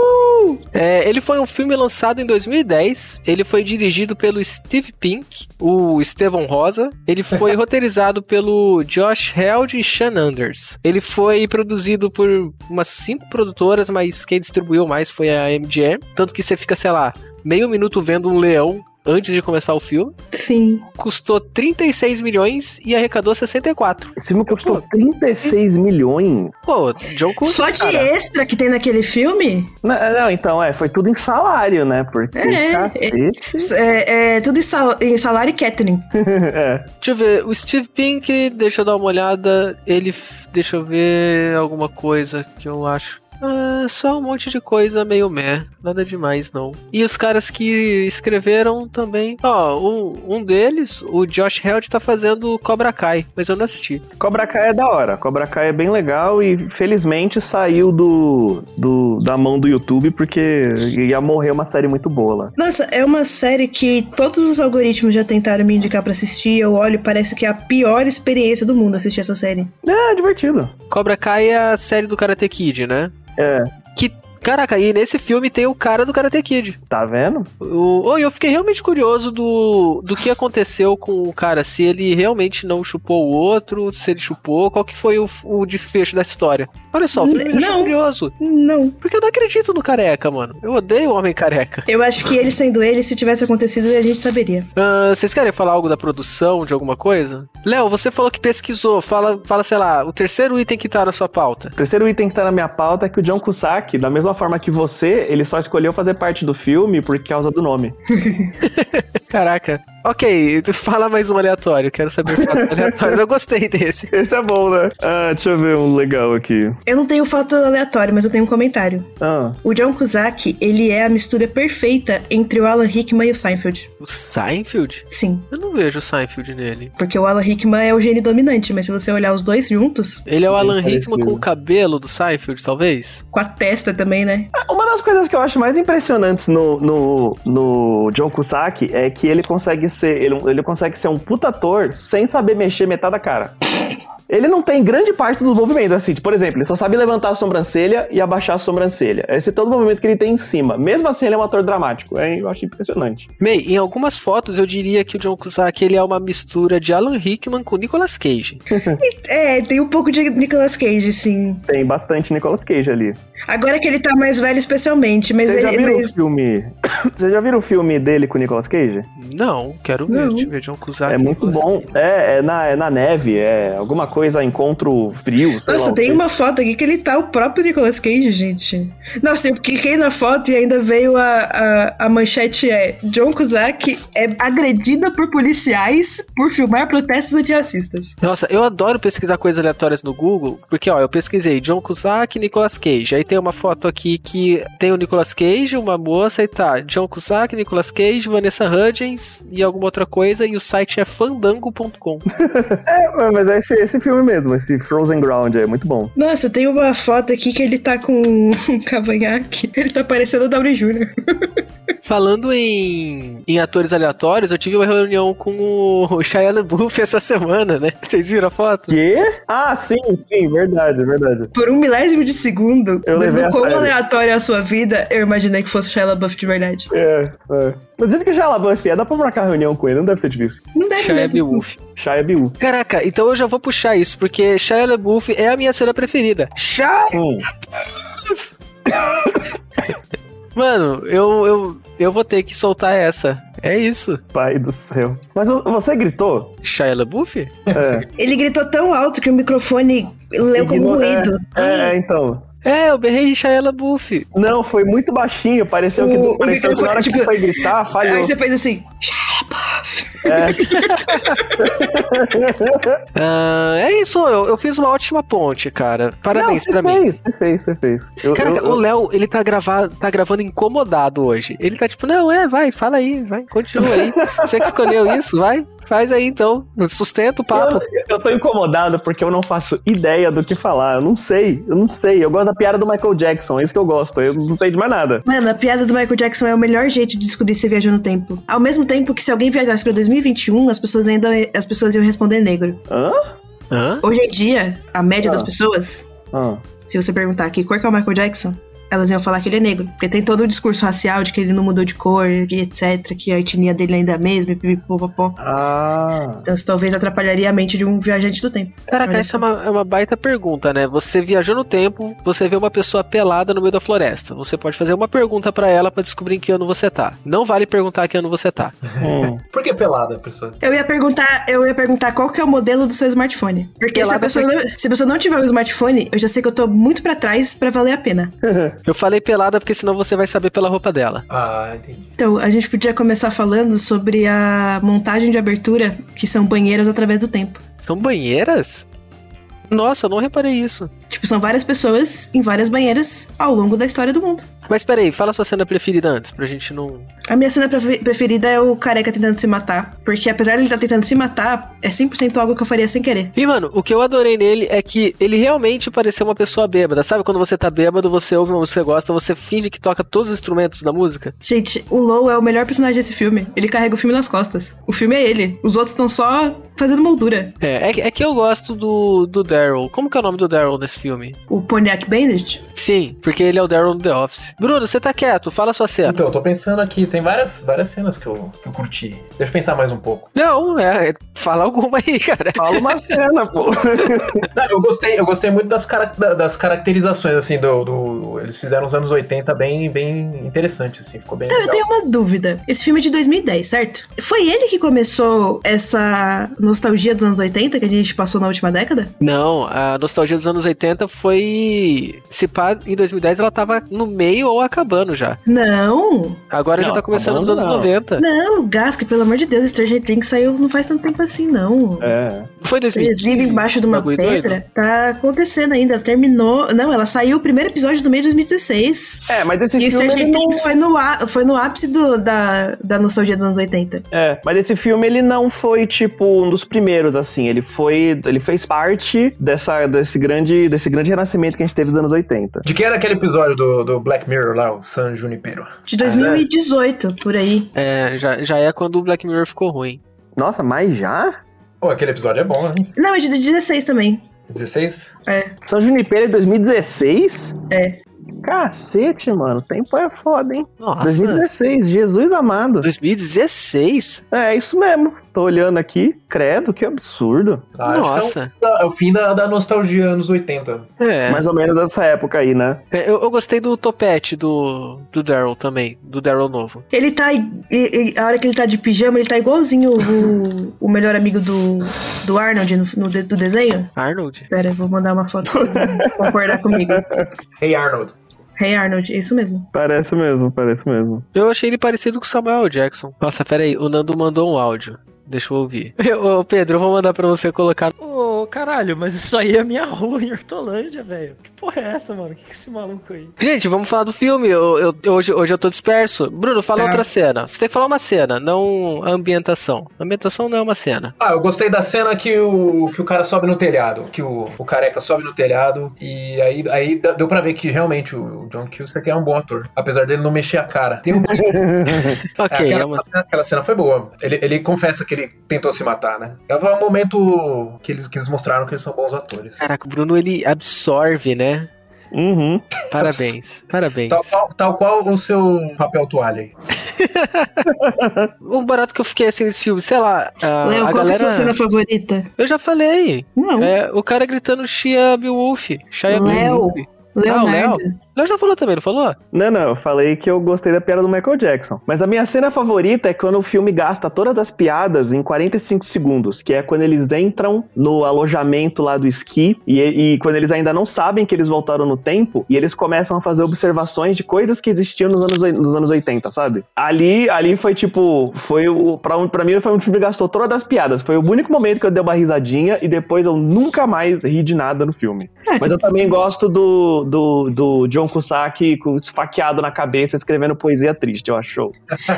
S1: É, ele foi um filme lançado em 2010. Ele foi dirigido pelo Steve Pink, o Estevão Rosa. Ele foi roteirizado pelo Josh Held e Sean Anders. Ele foi produzido por umas cinco produtoras, mas quem distribuiu mais foi a MGM. Tanto que você fica, sei lá, meio minuto vendo um leão antes de começar o filme.
S2: Sim.
S1: Custou 36 milhões e arrecadou 64.
S3: Esse filme custou 36 milhões.
S1: Pô, John Cusack,
S2: Só de
S1: cara.
S2: extra que tem naquele filme?
S3: Não, não, então, é, foi tudo em salário, né? Porque,
S2: É, é.
S3: cacete.
S2: É, é tudo em, sal- em salário e catering.
S3: É.
S1: Deixa eu ver, o Steve Pink, deixa eu dar uma olhada, ele. f- Deixa eu ver alguma coisa que eu acho. Ah, só um monte de coisa meio meh, nada demais não. E os caras que escreveram também. Ó, um, um deles, o Josh Held, tá fazendo Cobra Kai, mas eu não assisti.
S3: Cobra Kai é da hora. Cobra Kai é bem legal e, felizmente, saiu do, do- da mão do YouTube porque ia morrer uma série muito boa lá.
S2: Nossa, é uma série que todos os algoritmos já tentaram me indicar pra assistir. Eu olho, parece que é a pior experiência do mundo assistir essa série.
S3: É, divertido.
S1: Cobra Kai é a série do Karate Kid, né?
S3: É.
S1: Que. Caraca, e nesse filme tem o cara do Karate Kid.
S3: Tá vendo?
S1: O, oh, eu fiquei realmente curioso do, do que aconteceu com o cara, se ele realmente não chupou o outro, se ele chupou, qual que foi o, o desfecho dessa história. Olha só, o filme me deixou
S2: Não.
S1: curioso.
S2: Não.
S1: Porque eu não acredito no careca, mano. Eu odeio o homem careca.
S2: Eu acho que ele sendo ele, se tivesse acontecido, a gente saberia.
S1: Ah, vocês querem falar algo da produção, de alguma coisa? Léo, você falou que pesquisou. Fala, fala, sei lá, o terceiro item que tá na sua pauta.
S3: O terceiro item que tá na minha pauta é que o John Cusack, da mesma forma que você, ele só escolheu fazer parte do filme por causa do nome.
S1: Caraca. Ok, fala mais um aleatório. Quero saber fatos aleatórios. um Eu gostei desse.
S3: Esse é bom, né? Ah, deixa eu ver um legal aqui.
S2: Eu não tenho fato aleatório, mas eu tenho um comentário.
S3: Ah,
S2: O John Cusack, ele é a mistura perfeita entre o Alan Rickman e o Seinfeld.
S1: O Seinfeld?
S2: Sim,
S1: Eu não vejo o Seinfeld nele.
S2: porque o Alan Rickman é o gênio dominante, mas se você olhar os dois juntos,
S1: Ele é o
S3: Bem
S1: Alan
S3: parecido.
S1: Rickman com o cabelo do Seinfeld, talvez?
S2: com a testa também, né?
S3: uma das coisas que eu acho mais impressionantes no, no, no John Cusack é que ele consegue ser ele, ele consegue ser um puta ator sem saber mexer metade da cara. Ele não tem grande parte dos movimentos, assim. Por exemplo, ele só sabe levantar a sobrancelha e abaixar a sobrancelha. Esse é todo o movimento que ele tem em cima. Mesmo assim, ele é um ator dramático. É, eu acho impressionante.
S1: Mei, em algumas fotos eu diria que o John Cusack ele é uma mistura de Alan Rickman com Nicolas Cage.
S2: É, tem um pouco de Nicolas Cage, sim.
S3: Tem bastante Nicolas Cage ali.
S2: Agora que ele tá mais velho, especialmente, mas
S3: Vocês já
S2: ele.
S3: viram
S2: mas-
S3: o filme? Vocês já viram o filme dele com o Nicolas Cage?
S1: Não, quero ver.
S2: Não.
S1: Deixa eu ver John Cusack.
S3: É muito
S1: Nicolas
S3: bom.
S1: Cage.
S3: É, é na, é na neve, é alguma coisa, encontro frio, sei lá.
S2: Nossa,
S3: o
S2: tem
S3: quê.
S2: uma foto aqui que ele tá o próprio Nicolas Cage, gente. Nossa, eu cliquei na foto e ainda veio a, a, a manchete é John Cusack é agredida por policiais por filmar protestos antirracistas.
S1: Nossa, eu adoro pesquisar coisas aleatórias no Google, porque ó, eu pesquisei John Cusack e Nicolas Cage. Aí tem uma foto aqui que tem o Nicolas Cage, uma moça e tá John Cusack, Nicolas Cage, Vanessa Hudgens e alguma outra coisa e o site é fandango.com.
S3: É, mas é esse, esse filme mesmo, esse Frozen Ground, é muito bom.
S2: Nossa, tem uma foto aqui que ele tá com um cavanhaque. Ele tá parecendo o W Jr.
S1: Falando em, em atores aleatórios, eu tive uma reunião com o, o Shia LaBeouf essa semana, né? Vocês viram a foto?
S3: Quê? Ah, sim, sim, verdade, verdade.
S2: Por um milésimo de segundo,
S3: Eu levei
S2: do
S3: a
S2: quão
S3: sério.
S2: aleatório é a sua vida, eu imaginei que fosse o Shia LaBeouf de verdade.
S3: É, é. Mas dizem que o Shia LaBeouf é, dá pra marcar reunião com ele, não deve ser difícil.
S2: Não deve
S1: Shia
S2: mesmo.
S1: LaBeouf.
S3: Shia Biu.
S1: Caraca, então eu já vou puxar isso, porque Shia LaBeouf é a minha cena preferida. Shia!
S3: Hum.
S1: Mano, eu, eu, eu vou ter que soltar essa. É isso.
S3: Pai do céu. Mas vo- você gritou?
S1: Shia LaBeouf?
S3: É,
S2: Ele gritou tão alto que o microfone leu como um
S3: Ignorou, é.
S2: ruído.
S3: é, então.
S1: É, eu berrei Shia LaBeouf.
S3: Não, foi muito baixinho, pareceu que,
S2: O- o
S3: pareceu que na hora
S2: microfone,
S3: que
S2: tipo-
S3: foi gritar, falhou. É.
S2: Aí você fez assim, Shia LaBeouf.
S1: Ah, é isso, eu, eu fiz uma ótima ponte, cara. Parabéns
S3: não,
S1: pra
S3: você
S1: mim.
S3: fez, Você fez, você fez. Eu-
S1: Caraca,
S3: eu-
S1: o Léo, ele tá, gravar, tá gravando incomodado hoje. Ele tá tipo, não, é, vai, fala aí, vai, continua aí. Você que escolheu isso, vai, faz aí então. Sustenta o papo.
S3: Eu, eu tô incomodado porque eu não faço ideia do que falar. Eu não sei, eu não sei. Eu gosto da piada do Michael Jackson, é isso que eu gosto. Eu não sei de mais nada.
S2: Mano, a piada do Michael Jackson é o melhor jeito de descobrir se viajou no tempo. Ao mesmo tempo que se alguém viajasse pra 2021, as pessoas ainda as pessoas iam responder negro.
S3: Hã?
S1: Hã?
S2: Hoje em dia, a média
S3: Ah.
S2: das pessoas,
S3: Hã?
S2: se você perguntar que cor que é o Michael Jackson, elas iam falar que ele é negro. Porque tem todo o discurso racial de que ele não mudou de cor, que etc, que a etnia dele ainda é a mesma, e pipipopopó.
S3: Ah.
S2: Então isso talvez atrapalharia a mente de um viajante do tempo.
S1: Caraca,
S2: Olha
S1: essa
S2: só.
S1: é uma, é uma baita pergunta, né? Você viajou no tempo, você vê uma pessoa pelada no meio da floresta. Você pode fazer uma pergunta pra ela pra descobrir em que ano você tá. Não vale perguntar que ano você tá.
S3: Hum.
S4: Por que pelada, pessoa?
S2: Eu ia perguntar, eu ia perguntar qual que é o modelo do seu smartphone. Porque se a,
S1: Pelada
S2: pessoa não, se a pessoa não tiver um smartphone, eu já sei que eu tô muito pra trás pra valer a pena.
S1: Eu falei pelada porque senão você vai saber pela roupa dela.
S4: Ah, entendi.
S2: Então, a gente podia começar falando sobre a montagem de abertura, que são banheiras através do tempo.
S1: São banheiras? Nossa, eu não reparei isso.
S2: Tipo, são várias pessoas em várias banheiras ao longo da história do mundo.
S1: Mas peraí, fala sua cena preferida antes, pra gente não.
S2: A minha cena prefe- preferida é o careca tentando se matar, porque apesar de ele estar tentando se matar, é 100% algo que eu faria sem querer.
S1: E, mano, o que eu adorei nele é que ele realmente pareceu uma pessoa bêbada. Sabe quando você tá bêbado, você ouve uma música que você gosta, você finge que toca todos os instrumentos da música?
S2: Gente, o Low é o melhor personagem desse filme. Ele carrega o filme nas costas. O filme é ele. Os outros estão só fazendo moldura.
S1: É, é, que- é que eu gosto do, do Daryl. Como que é o nome do Daryl nesse filme?
S2: O Pontiac Bandit,
S1: Sim, porque ele é o Daryl do The Office. Bruno, você tá quieto, fala sua cena.
S4: Então, eu tô pensando aqui, tem várias, várias cenas que eu, que eu curti. Deixa eu pensar mais um pouco.
S1: Não, é, é- fala alguma aí, cara.
S3: Fala uma cena, pô.
S4: Não, eu gostei, eu gostei muito das, cara- da- das caracterizações, assim, do, do- Eles fizeram os anos 80 bem, bem interessante, assim, ficou bem
S2: Então, Eu
S4: legal.
S2: tenho uma dúvida. Esse filme é de 2010, certo? Foi ele que começou essa nostalgia dos anos 80 que a gente passou na última década?
S1: Não, a nostalgia dos anos 80 foi. Se pá, em 2010 ela tava no meio meio ou acabando já.
S2: Não!
S1: Agora
S3: Não,
S1: ele tá começando nos anos
S3: acabando não.
S1: 90.
S2: Não, Gasca, pelo amor de Deus, Stranger Things saiu não faz tanto tempo assim, não.
S3: É.
S1: Não foi
S2: Eles
S1: 2015?
S2: vivem embaixo de uma
S1: Bagulho doido?
S2: pedra. Tá acontecendo ainda. Terminou. Não, ela saiu o primeiro episódio do meio de 2016.
S3: É, mas esse
S2: E o
S3: filme.
S2: Stranger
S3: ele não-
S2: Things foi no, á- foi no ápice do- da, da nostalgia dos anos 80.
S3: É, mas esse filme ele não foi tipo um dos primeiros assim, ele foi, ele fez parte dessa desse grande desse grande renascimento que a gente teve nos anos 80.
S4: De quem era aquele episódio do, do Black Mirror lá, o San Junipero?
S2: De 2018, por aí.
S1: É, já, já é quando o Black Mirror ficou ruim.
S3: Nossa, mas já?
S4: Pô, aquele episódio é bom, hein?
S2: Não, é de 16 também.
S4: 16?
S2: É.
S3: São Junipero é 2016?
S2: É.
S3: Cacete, mano, o tempo é foda, hein?
S1: Nossa.
S3: 2016, Jesus amado.
S1: 2016?
S3: É, isso mesmo. Tô olhando aqui, credo, que absurdo.
S4: Ah,
S1: um
S4: Acho
S1: Nossa.
S4: que é o- é o fim da, da nostalgia anos 80.
S1: É.
S3: Mais ou menos essa época aí, né?
S1: É, Eu, eu gostei do topete do, do Daryl também, do Daryl novo.
S2: Ele tá. i- i- i- a hora que ele tá de pijama, ele tá igualzinho o, o melhor amigo do, do Arnold no, no de- do desenho.
S1: Arnold?
S2: Pera, eu vou mandar uma foto pra você concordar comigo.
S4: Hey Arnold.
S2: Hey Arnold, é isso mesmo.
S3: Parece mesmo, parece mesmo.
S1: Eu achei ele parecido com o Samuel Jackson. Nossa, pera aí, o Nando mandou um áudio. Deixa eu ouvir. Eu, ô, Pedro, eu vou mandar pra você colocar.
S5: Ô, caralho, mas isso aí é minha rua em Hortolândia, velho. Que porra é essa, mano? Que que é esse maluco aí?
S1: Gente, vamos falar do filme. Eu, eu- eu- hoje, hoje eu tô disperso. Bruno, fala
S4: Tá.
S1: outra cena. Você tem que falar uma cena, não a ambientação. A ambientação não é uma cena.
S4: Ah, eu gostei da cena que o, que o cara sobe no telhado. Que o, o careca sobe no telhado. E aí, aí d- deu pra ver que realmente o John Cusack é um bom ator. Apesar dele não mexer a cara. Tem um
S1: Ok,
S4: aquela,
S1: é uma.
S4: cena, aquela cena foi boa. Ele, ele confessa que ele tentou se matar, né? É um momento que eles, que eles mostraram que eles são bons atores.
S1: Caraca, o Bruno ele absorve, né?
S3: Uhum.
S1: Parabéns, parabéns.
S4: Tal, qual- tal qual o seu papel toalha. aí.
S1: O barato que eu fiquei assim nesse filme, sei lá. A,
S2: Léo,
S1: Ah, a
S2: qual que é a
S1: galera.
S2: sua cena favorita?
S1: Eu já falei.
S2: Não.
S1: É, o cara gritando Shia Beowulf. Shia
S2: Léo.
S1: Beowulf.
S2: Leonardo.
S1: Léo já falou também, não falou?
S3: Não, não, eu falei que eu gostei da piada do Michael Jackson. Mas a minha cena favorita é quando o filme gasta todas as piadas em 45 segundos, que é quando eles entram no alojamento lá do esqui e, e quando eles ainda não sabem que eles voltaram no tempo e eles começam a fazer observações de coisas que existiam nos anos, oi- nos anos 80, sabe? Ali, ali foi tipo, foi o para um, pra mim foi um filme que gastou todas as piadas. Foi o único momento que eu dei uma risadinha e depois eu nunca mais ri de nada no filme. Mas eu também gosto do, do, do John Cusack com esfaqueado na cabeça, escrevendo poesia triste, eu acho. show.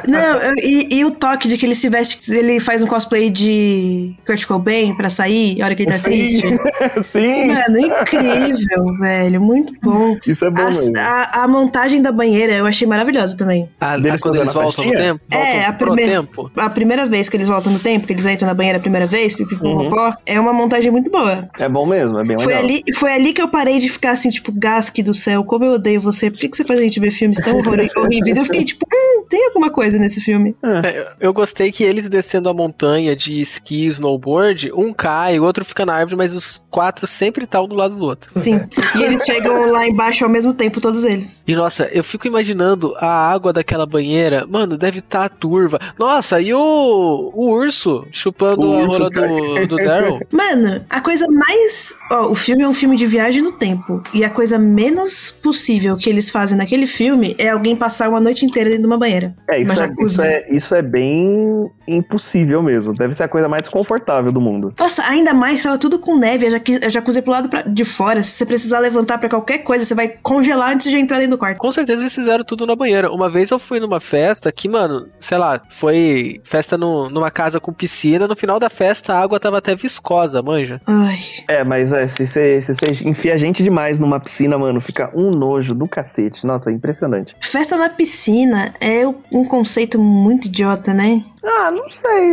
S2: Não, eu- e, e o toque de que ele se veste, ele faz um cosplay de Kurt Cobain pra sair, a hora que ele tá triste.
S3: Sim,
S2: Mano, incrível, velho. Muito bom.
S3: isso é bom mesmo.
S2: A, a- a montagem da banheira eu achei maravilhosa também.
S1: Ah,
S3: Deles
S1: quando eles
S3: fazendo a
S1: voltam no
S3: festinha?
S1: tempo?
S2: É,
S1: voltam
S2: a
S1: pro
S2: primeira-
S1: tempo.
S2: A primeira vez que eles voltam no tempo, que eles entram na banheira a primeira vez, pipipopopó, é uma montagem muito boa.
S3: É bom mesmo, Uhum. é bem
S2: Foi
S3: legal.
S2: ali, foi ali que eu parei de ficar assim, tipo, Gasque do céu, como eu odeio você, por que, que você faz a gente ver filmes tão horror- horríveis? Eu fiquei tipo, hum, tem alguma coisa nesse filme.
S1: Eu gostei que eles descendo a montanha de esqui e snowboard, um cai, o outro fica na árvore, mas os quatro sempre tá um do lado do outro.
S2: Sim. E eles chegam lá embaixo ao mesmo tempo, todos eles.
S1: E nossa, eu fico imaginando a água daquela banheira, mano, deve estar tá turva. Nossa, e o, o urso chupando
S3: O
S1: a
S3: urso,
S1: rola do, do Daryl?
S2: Mano, a coisa mais. Ó, o filme é um filme de viagem no tempo. E a coisa menos possível que eles fazem naquele filme é alguém passar uma noite inteira dentro de uma banheira.
S3: É,
S2: Uma
S3: isso é,
S2: jacuzzi.
S3: isso, é, isso é bem impossível mesmo. Deve ser a coisa mais desconfortável do mundo.
S2: Nossa, ainda mais tava tudo com neve, a jacu- a jacuzzi é pro lado pra- de fora. Se você precisar levantar pra qualquer coisa, você vai congelar antes de entrar dentro do quarto.
S1: Com certeza eles fizeram tudo na banheira. Uma vez eu fui numa festa que, mano, sei lá, foi festa no- numa casa com piscina. No final da festa a água tava até viscosa, manja.
S2: Ai.
S3: É, mas é, se você se você enfia gente demais numa piscina, mano, fica um nojo do cacete. Nossa, é impressionante.
S2: Festa na piscina é um conceito muito idiota, né?
S3: Ah, não sei,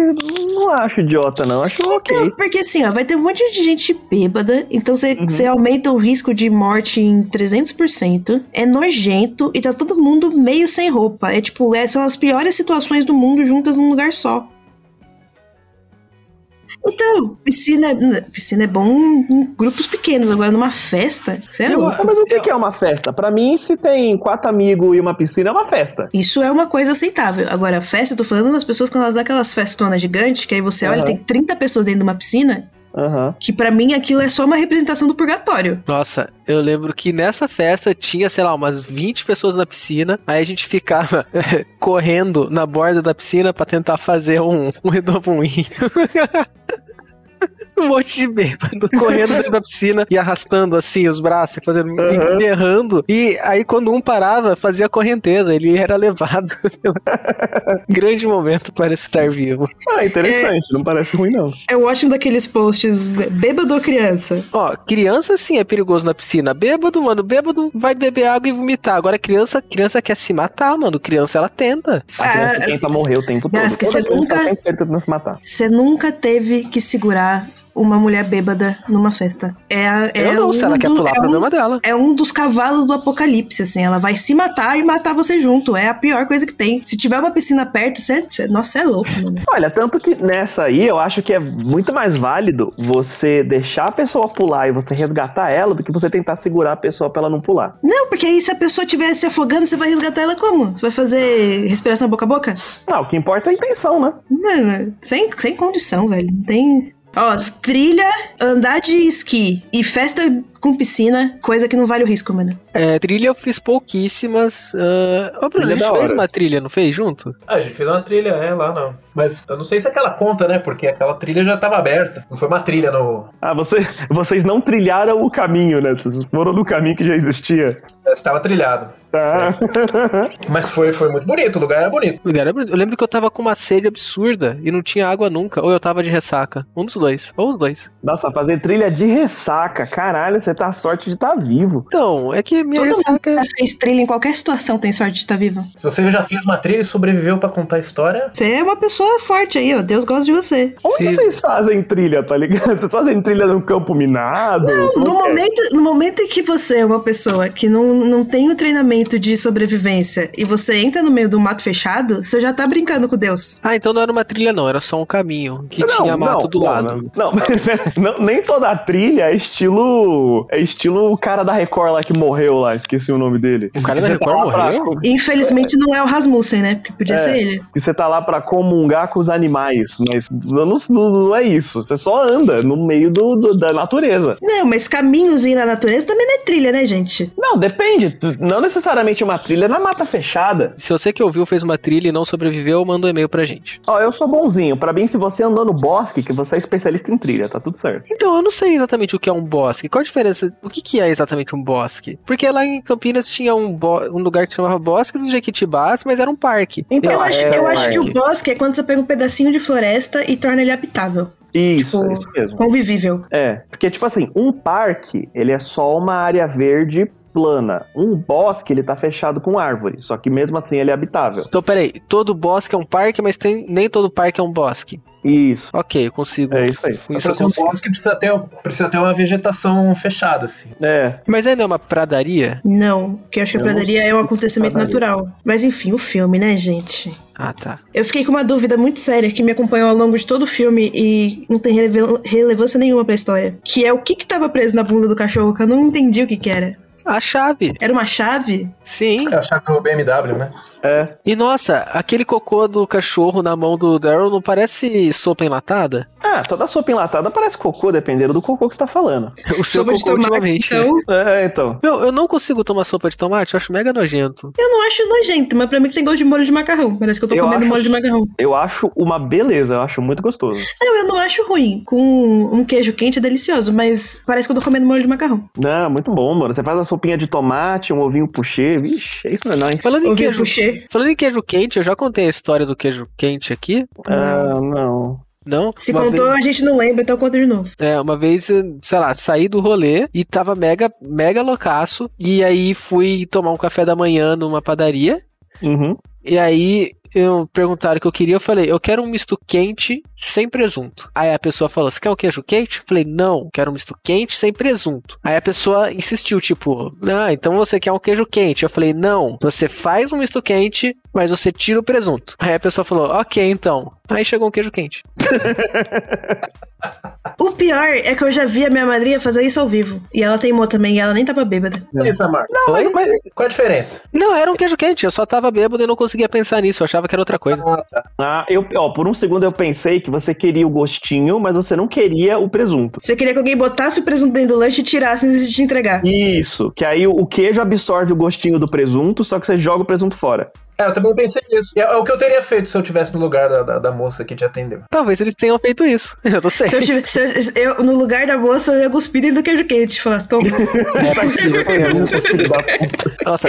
S3: não acho idiota, não. Acho
S2: Não,
S3: ok.
S2: porque assim, ó, vai ter um monte de gente bêbada, então você
S3: Uhum.
S2: você aumenta o risco de morte em 300%, é nojento e tá todo mundo meio sem roupa. É tipo, é, são as piores situações do mundo juntas num lugar só. Então, piscina, é- piscina é bom em, em grupos pequenos, agora numa festa, você é
S1: Eu-
S2: louco.
S3: Ah, Mas o que, que é uma festa? Pra mim, se tem quatro amigos e uma piscina, é uma festa.
S2: Isso é uma coisa aceitável. Agora, festa, eu tô falando das pessoas quando elas dão aquelas festonas gigantes, que aí você olha,
S3: Aham.
S2: tem 30 pessoas dentro de uma piscina.
S3: Aham.
S2: Que pra mim aquilo é só uma representação do purgatório.
S1: Nossa, eu lembro que nessa festa tinha, sei lá, umas 20 pessoas na piscina, aí a gente ficava correndo na borda da piscina pra tentar fazer um, um redoboinho. Um monte de bêbado correndo dentro da piscina e arrastando assim os braços, fazendo
S3: Aham.
S1: e errando. E aí, quando um parava, fazia correnteza, ele era levado. Grande momento para estar vivo.
S3: Ah, interessante. Não parece ruim, não.
S2: É o ótimo daqueles posts bê- bêbado ou criança.
S1: Ó, criança sim é perigoso na piscina. Bêbado, mano, bêbado vai beber água e vomitar. Agora criança, criança quer se matar, mano. Criança ela tenta.
S3: A
S2: Ah,
S3: criança tenta tá morrer o tempo todo.
S2: Mas que
S3: Toda
S2: você
S3: criança
S2: nunca-
S3: sempre tenta se matar.
S2: Você nunca teve que segurar uma mulher bêbada numa festa. É, a- é
S1: eu não, se ela
S2: um
S1: quer
S2: do-
S1: pular,
S2: é um-
S1: problema dela.
S2: É um dos cavalos do apocalipse, assim. Ela vai se matar e matar você junto. É a pior coisa que tem. Se tiver uma piscina perto, você. você- nossa, é louco, mano.
S3: Olha, tanto que nessa aí eu acho que é muito mais válido você deixar a pessoa pular e você resgatar ela do que você tentar segurar a pessoa pra ela não pular.
S2: Não, porque aí se a pessoa estiver se afogando, você vai resgatar ela como? Você vai fazer respiração boca a boca?
S3: Não, o que importa é a intenção, né?
S2: Mano, sem, sem condição, velho. Não tem. Ó, trilha, andar de esqui e festa com piscina, coisa que não vale o risco, mano.
S1: É, trilha eu fiz pouquíssimas. ah, Ô, Bruno,
S3: Trilha
S1: a gente
S3: da
S1: fez
S3: hora.
S1: uma trilha, não fez junto?
S4: Ah, a gente fez uma trilha, é, lá não. Mas eu não sei se aquela conta, né? Porque aquela trilha já tava aberta. Não foi uma trilha no.
S3: Ah, você, vocês não trilharam o caminho, né? Vocês foram no caminho que já existia.
S4: Estava trilhado.
S3: Tá.
S2: É.
S4: Mas foi, foi muito bonito, o lugar era bonito.
S1: O lugar era bonito. Eu lembro que eu tava com uma sede absurda e não tinha água nunca. Ou eu tava de ressaca. Um dos dois. Ou os dois.
S3: Nossa, fazer trilha de ressaca. Caralho, você tá a sorte de estar vivo.
S1: Então, é que minha
S2: Todo mundo
S1: ressaca.
S2: já fez trilha em qualquer situação, tem sorte de estar vivo.
S4: Se você já fez uma trilha e sobreviveu pra contar a história,
S2: Você é uma pessoa forte aí, ó. Deus gosta de você.
S3: Onde
S1: Se-
S3: vocês fazem trilha, tá ligado? Vocês fazem trilha num campo minado? Como
S2: No
S3: que é?
S2: momento, no momento em que você é uma pessoa que não, não tem o treinamento de sobrevivência e você entra no meio do mato fechado, você já tá brincando com Deus.
S1: Ah, então não era uma trilha, não. Era só um caminho que
S3: Não,
S1: tinha mato
S3: não,
S1: do
S3: não,
S1: lado.
S3: Não, não, nem toda a trilha é estilo. É estilo o cara da Record lá que morreu lá, esqueci o nome dele.
S1: O cara da
S3: Você
S1: Record
S3: lá pra-
S1: morreu?
S2: Infelizmente não é o Rasmussen, né? Porque podia
S3: É.
S2: ser ele.
S3: E você tá lá pra comungar com os animais, mas não, não- não é isso. Você só anda no meio do, do- da natureza.
S2: Não, mas caminhos ir na natureza também não é trilha, né, gente?
S3: Não, depende. tu- Não necessariamente uma trilha é na mata fechada.
S1: Se você que ouviu fez uma trilha e não sobreviveu, manda um e-mail pra gente.
S3: Ó, eu sou bonzinho. Pra mim, se você andou no bosque, que você é especialista em trilha, tá tudo certo.
S1: Então, eu não sei exatamente o que é um bosque. Qual a diferença? O que, que é exatamente um bosque? Porque lá em Campinas tinha um, bo- um lugar que chamava Bosque dos Jequitibás, mas era um parque.
S3: Então,
S2: Eu,
S3: Ah,
S2: acho,
S3: é,
S2: eu
S3: o
S2: acho que o
S1: parque.
S2: bosque é quando você pega um pedacinho de floresta e torna ele habitável,
S3: Isso, é
S2: Tipo,
S3: isso mesmo.
S2: convivível.
S3: É, porque, tipo assim, um parque, ele é só uma área verde plana. Um bosque, ele tá fechado com árvore. Só que mesmo assim ele é habitável.
S1: Então, peraí, todo bosque é um parque, mas tem, nem todo parque é um bosque.
S3: Isso.
S1: Ok, eu consigo.
S3: É isso aí.
S1: Com
S4: mas
S1: isso eu
S4: pra ser um
S1: consigo.
S4: bosque precisa ter, precisa ter uma vegetação fechada, assim.
S3: É.
S1: Mas ainda é uma pradaria?
S2: Não, porque eu acho que a
S3: Eu não
S2: pradaria é um acontecimento
S3: Pradaria.
S2: natural. Mas enfim, o filme, né, gente?
S1: Ah, tá.
S2: Eu fiquei com uma dúvida muito séria que me acompanhou ao longo de todo o filme e não tem relevan- relevância nenhuma pra história. Que é o que que tava preso na bunda do cachorro, que eu não entendi o que que era.
S1: A chave,
S2: Era uma chave?
S1: sim.
S4: É a chave do BMW, né?
S3: É.
S1: E nossa, aquele cocô do cachorro na mão do Daryl não parece sopa enlatada?
S3: Ah, toda sopa enlatada parece cocô, dependendo do cocô que você tá falando.
S1: O seu
S2: Sopa de
S1: cocô
S2: tomate,
S1: ultimamente. né?
S2: então.
S3: É, então.
S1: Meu, eu não consigo tomar sopa de tomate, eu acho mega nojento.
S2: Eu não acho nojento, mas pra mim que tem gosto de molho de macarrão. Parece que eu tô
S3: Eu
S2: comendo
S3: acho-
S2: molho de macarrão.
S3: Eu acho uma beleza, eu acho muito gostoso.
S2: Ah, Não, eu não acho ruim. Com um queijo quente é delicioso, mas parece que eu tô comendo molho de macarrão.
S3: Não, muito bom, mano. Você faz a sopinha de tomate, um ovinho puxê, vixe, é isso não é nóis.
S1: Falando em
S2: Ouvi
S1: queijo
S2: puxê.
S1: Falando em queijo quente, eu já contei a história do queijo quente aqui,
S3: Ah, não.
S1: não?
S2: Se
S1: Uma
S2: contou,
S1: Vez,
S2: a gente não lembra, então conta de novo.
S1: é, uma vez, sei lá, saí do rolê e tava mega, mega loucaço. E aí fui tomar um café da manhã numa padaria.
S3: Uhum.
S1: E aí eu perguntaram o que eu queria, eu falei, eu quero um misto quente sem presunto. Aí a pessoa falou, você quer um queijo quente? Eu falei, não, quero um misto quente sem presunto. Aí a pessoa insistiu, tipo, ah, então você quer um queijo quente. Eu falei, não, você faz um misto quente, mas você tira o presunto. Aí a pessoa falou, ok, então. Aí chegou um queijo quente.
S2: O pior é que eu já vi a minha madrinha fazer isso ao vivo. E ela teimou também, e ela nem tava bêbada.
S4: Não. Isso, Amar.
S3: Não, mas, mas
S4: Qual é a diferença?
S1: Não, era um queijo quente, eu só tava bêbado e não conseguia pensar nisso, eu achava pensava que era outra coisa.
S4: Ah, tá.
S3: Ah, eu, ó, por um segundo eu pensei que você queria o gostinho, mas você não queria o presunto.
S2: Você queria que alguém botasse o presunto dentro do lanche e tirasse antes de te entregar.
S3: Isso, que aí o- o queijo absorve o gostinho do presunto, só que você joga o presunto fora.
S4: É, eu também pensei nisso. É, é o que eu teria feito se eu tivesse no lugar da, da, da moça que te atendeu.
S1: Talvez eles tenham feito isso. Eu não sei.
S2: Se eu, tive, se eu- eu- no lugar da moça, eu ia cuspir dentro do queijo quente. Falar, toma.
S3: É possível, eu não consigo dar-
S1: Nossa,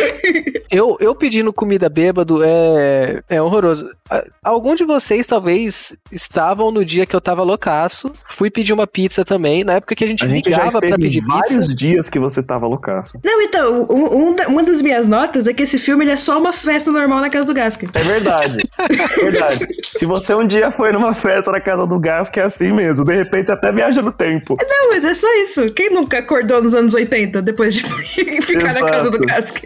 S1: eu, eu pedindo comida bêbado é, é horroroso. A- Algum de vocês talvez estavam no dia que eu tava loucaço. Fui pedir uma pizza também. Na época que a gente,
S3: A gente já
S1: ligava pra
S3: esteve
S1: pedir
S3: vários
S1: pizza.
S3: dias que você tava loucaço.
S2: Não, então, um- um da- uma das minhas notas é que esse filme ele é só uma festa normal na casa do Gasca.
S3: É verdade. é verdade. Se você um dia foi numa festa na casa do gás, que é assim mesmo. De repente até viaja no tempo.
S2: Não, mas é só isso. Quem nunca acordou nos anos 80 depois de ficar na casa do
S3: Exato.
S2: Gasca?